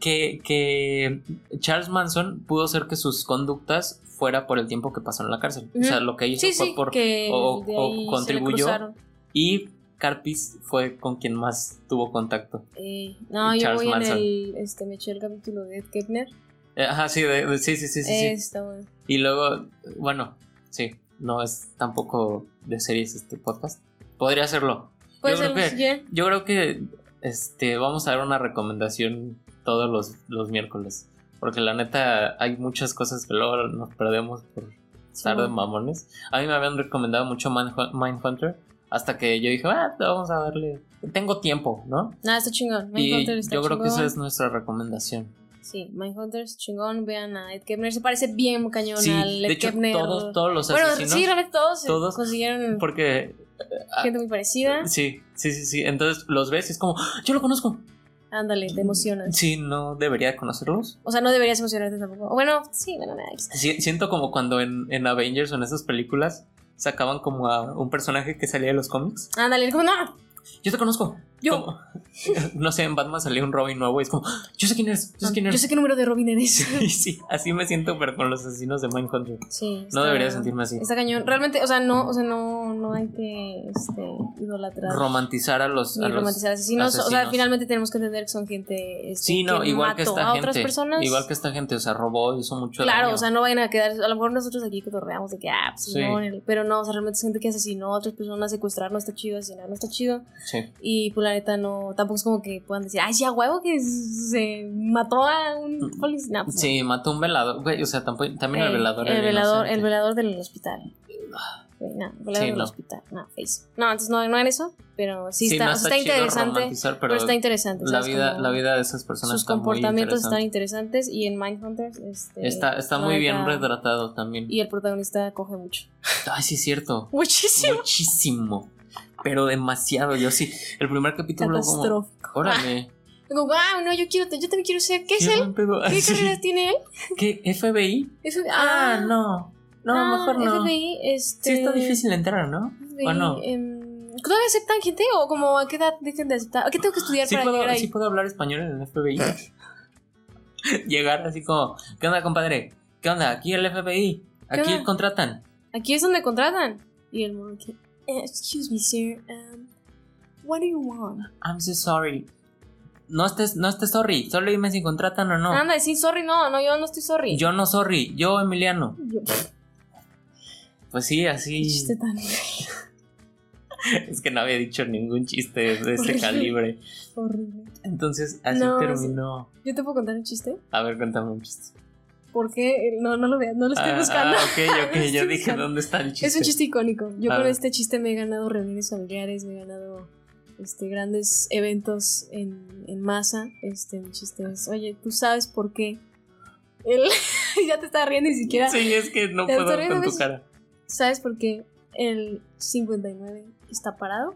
Speaker 1: que, que Charles Manson pudo hacer que sus conductas fuera por el tiempo que pasó en la cárcel. O sea,
Speaker 2: Ujú.
Speaker 1: lo que hizo
Speaker 2: Sí,
Speaker 1: fue
Speaker 2: sí,
Speaker 1: por...
Speaker 2: que
Speaker 1: o-
Speaker 2: de
Speaker 1: o
Speaker 2: ahí se le
Speaker 1: contribuyó.
Speaker 2: cruzaron.
Speaker 1: Y Carpis fue con quien más tuvo contacto.
Speaker 2: Ey, no, yo
Speaker 1: Charles
Speaker 2: voy
Speaker 1: Manson.
Speaker 2: en el, este, me eché el capítulo de Ed Kepner.
Speaker 1: Eh, Ajá, sí, de- de- sí, sí, sí, sí. sí.
Speaker 2: Eh, Está bueno.
Speaker 1: Y luego, bueno, sí, no es tampoco de series este podcast. Podría hacerlo.
Speaker 2: Pues
Speaker 1: creo
Speaker 2: el
Speaker 1: que-
Speaker 2: siguiente-
Speaker 1: Yo creo que este vamos a dar una recomendación todos los, los miércoles. Porque la neta hay muchas cosas que luego nos perdemos por estar de
Speaker 2: Sí.
Speaker 1: mamones. A mí me habían recomendado mucho Manhu- Mindhunter. Hasta que yo dije, ah, vamos a darle. Tengo tiempo, ¿no?
Speaker 2: Nada, está chingón.
Speaker 1: Y
Speaker 2: Mindhunter está
Speaker 1: yo creo que
Speaker 2: chingón.
Speaker 1: esa es nuestra recomendación.
Speaker 2: Sí, Mindhunter es chingón. Vean a Ed Kepner. Se parece bien cañón
Speaker 1: Sí,
Speaker 2: al Ed
Speaker 1: de hecho,
Speaker 2: Kepner.
Speaker 1: todos, todos los
Speaker 2: bueno,
Speaker 1: asesinos.
Speaker 2: sí, realmente todos,
Speaker 1: todos-
Speaker 2: todos consiguieron
Speaker 1: Porque ah,
Speaker 2: gente muy parecida.
Speaker 1: Sí, sí, sí, sí. Entonces los ves y es como, ¡Ah! yo lo conozco.
Speaker 2: Ándale,
Speaker 1: Mm.
Speaker 2: te emocionas.
Speaker 1: Sí, no debería conocerlos.
Speaker 2: O sea, no deberías emocionarte tampoco. O Bueno, sí, bueno, nada. X.
Speaker 1: Si- siento como cuando en, en Avengers o en esas películas sacaban como a un personaje que salía de los cómics.
Speaker 2: Ándale, como no.
Speaker 1: Yo te conozco.
Speaker 2: Yo.
Speaker 1: Como- <laughs> no sé, en Batman salió un Robin nuevo y es como, ¡Ah! yo sé quién eres, yo sé quién
Speaker 2: Yo
Speaker 1: eres.
Speaker 2: sé qué número de Robin eres.
Speaker 1: <laughs> Sí, sí, así me siento, pero con los asesinos de Mindhunter.
Speaker 2: <laughs> Sí.
Speaker 1: No
Speaker 2: está-
Speaker 1: debería sentirme así.
Speaker 2: Está cañón. Realmente, o sea, no, o sea, no, no hay que este, idolatrar.
Speaker 1: Romantizar a los...
Speaker 2: ni
Speaker 1: a los-
Speaker 2: romantizar asesinos. O sea,
Speaker 1: asesinos.
Speaker 2: finalmente tenemos que entender que son gente este,
Speaker 1: Sí, no,
Speaker 2: que
Speaker 1: igual que
Speaker 2: mató
Speaker 1: esta
Speaker 2: a
Speaker 1: gente.
Speaker 2: otras personas.
Speaker 1: Igual que esta gente, o sea, robó, hizo mucho
Speaker 2: Claro,
Speaker 1: daño.
Speaker 2: o sea, no vayan a quedar. A lo mejor nosotros aquí cotorreamos de que, ah, pues,
Speaker 1: Sí.
Speaker 2: no, el- pero no, o sea, realmente es gente que asesinó a otras personas, secuestrar no está chido, asesinar no está chido.
Speaker 1: Sí.
Speaker 2: Y pues la neta no, tampoco es como que puedan decir, ay, sí, a huevo que se mató a un
Speaker 1: Mm,
Speaker 2: policía. No, pues,
Speaker 1: Sí, mató un velador. Güey, o sea, tampoco- también el
Speaker 2: eh,
Speaker 1: velador.
Speaker 2: El
Speaker 1: era
Speaker 2: velador, el
Speaker 1: inocente. Ah.
Speaker 2: velador del hospital. Güey, no, volaron
Speaker 1: Sí,
Speaker 2: al
Speaker 1: no.
Speaker 2: hospital. No, face. No, entonces no, no en eso, pero sí,
Speaker 1: Sí,
Speaker 2: está,
Speaker 1: no
Speaker 2: está
Speaker 1: chido
Speaker 2: interesante.
Speaker 1: romantizar, pero,
Speaker 2: Pero está interesante.
Speaker 1: la,
Speaker 2: ¿sabes?
Speaker 1: vida,
Speaker 2: Como
Speaker 1: la vida de esas personas
Speaker 2: Sus
Speaker 1: está muy
Speaker 2: comportamientos están
Speaker 1: interesante.
Speaker 2: interesantes y en Mindhunters. Este,
Speaker 1: Está, está muy
Speaker 2: Rebecca-
Speaker 1: bien retratado también.
Speaker 2: Y el protagonista coge mucho. <laughs>
Speaker 1: Ay, sí, es cierto.
Speaker 2: Muchísimo.
Speaker 1: Muchísimo. Pero demasiado. Yo sí. El primer capítulo como.
Speaker 2: Catastrófico. Ah,
Speaker 1: Órale.
Speaker 2: Digo, wow, no, yo quiero, yo también quiero ser. ¿Qué es
Speaker 1: qué
Speaker 2: él?
Speaker 1: buen pedo.
Speaker 2: ¿Qué
Speaker 1: Ay, <laughs> sí.
Speaker 2: carreras tiene él?
Speaker 1: ¿Qué? ¿FBI?
Speaker 2: Eso-
Speaker 1: Ah, no. No,
Speaker 2: Ah,
Speaker 1: mejor no.
Speaker 2: FBI, este,
Speaker 1: Sí, está difícil entrar, ¿no?
Speaker 2: FBI,
Speaker 1: ¿O no?
Speaker 2: em, ¿Todavía aceptan gente? ¿O como a qué edad dejan de aceptar? ¿A qué tengo que estudiar
Speaker 1: Sí
Speaker 2: para
Speaker 1: puedo,
Speaker 2: llegar ahí?
Speaker 1: sí puedo hablar español en el FBI. <laughs> Llegar así como, ¿qué onda, compadre? ¿Qué onda? Aquí el FBI. Aquí
Speaker 2: onda?
Speaker 1: contratan.
Speaker 2: Aquí es donde contratan. Y el mono que, "Eh, excuse me, sir, um, what do you want?
Speaker 1: I'm so sorry. No estés, no estés sorry. Solo dime si contratan o no.
Speaker 2: Anda, decir sorry, no, no, yo no estoy sorry.
Speaker 1: Yo no sorry. Yo, Emiliano.
Speaker 2: Yo, <laughs> pff,
Speaker 1: Pues sí,
Speaker 2: qué
Speaker 1: así.
Speaker 2: chiste tan
Speaker 1: <laughs> Es que no había dicho ningún chiste de ese
Speaker 2: Horrible.
Speaker 1: calibre.
Speaker 2: horrible.
Speaker 1: Entonces, así
Speaker 2: No,
Speaker 1: terminó.
Speaker 2: Yo te puedo contar un chiste.
Speaker 1: A ver, cuéntame un chiste.
Speaker 2: Porque eh, no, no lo veas, no lo estoy
Speaker 1: Ah,
Speaker 2: buscando.
Speaker 1: ah, ok, ok.
Speaker 2: Lo estoy
Speaker 1: Yo dije,
Speaker 2: buscando.
Speaker 1: ¿dónde está el chiste?
Speaker 2: <laughs> Es un chiste icónico. Yo
Speaker 1: A
Speaker 2: con
Speaker 1: ver.
Speaker 2: este chiste me he ganado reuniones familiares, me he ganado este, grandes eventos en, en masa. Este, mi chiste es, oye, ¿tú sabes por qué? El- <laughs> ya te está riendo ni siquiera.
Speaker 1: Sí, es que no
Speaker 2: Te
Speaker 1: puedo
Speaker 2: estoy
Speaker 1: con
Speaker 2: viendo,
Speaker 1: tu cara.
Speaker 2: ¿Sabes por qué el 59 está parado?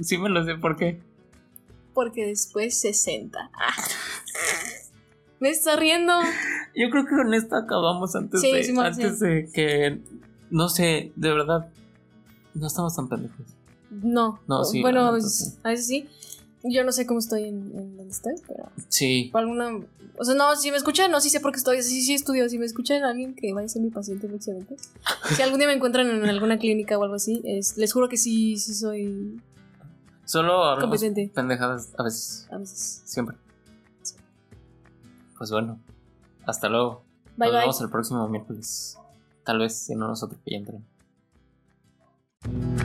Speaker 1: Sí me lo sé, ¿por qué?
Speaker 2: Porque después 60. <laughs> me está riendo.
Speaker 1: Yo creo que con esto acabamos antes,
Speaker 2: Sí,
Speaker 1: de,
Speaker 2: sí, Marcia.
Speaker 1: antes de que. No sé, de verdad. No estamos tan pendejos.
Speaker 2: No.
Speaker 1: No, sí, la
Speaker 2: bueno,
Speaker 1: neta, sí.
Speaker 2: a veces sí. Yo no sé cómo estoy en, en donde estoy, pero...
Speaker 1: Sí.
Speaker 2: por alguna. O sea, no, si me escuchan, no, sí sé por qué estoy. Sí, sí estudio. Si me escuchan alguien que vaya a ser mi paciente próximamente. Si algún día me encuentran en alguna clínica o algo así, es- les juro que sí, sí soy
Speaker 1: Solo hablamos
Speaker 2: competente.
Speaker 1: pendejadas a veces,
Speaker 2: A veces.
Speaker 1: siempre. Pues bueno, hasta luego.
Speaker 2: Bye,
Speaker 1: nos
Speaker 2: bye.
Speaker 1: vemos el próximo miércoles. Tal vez si no nos atropellan. pero-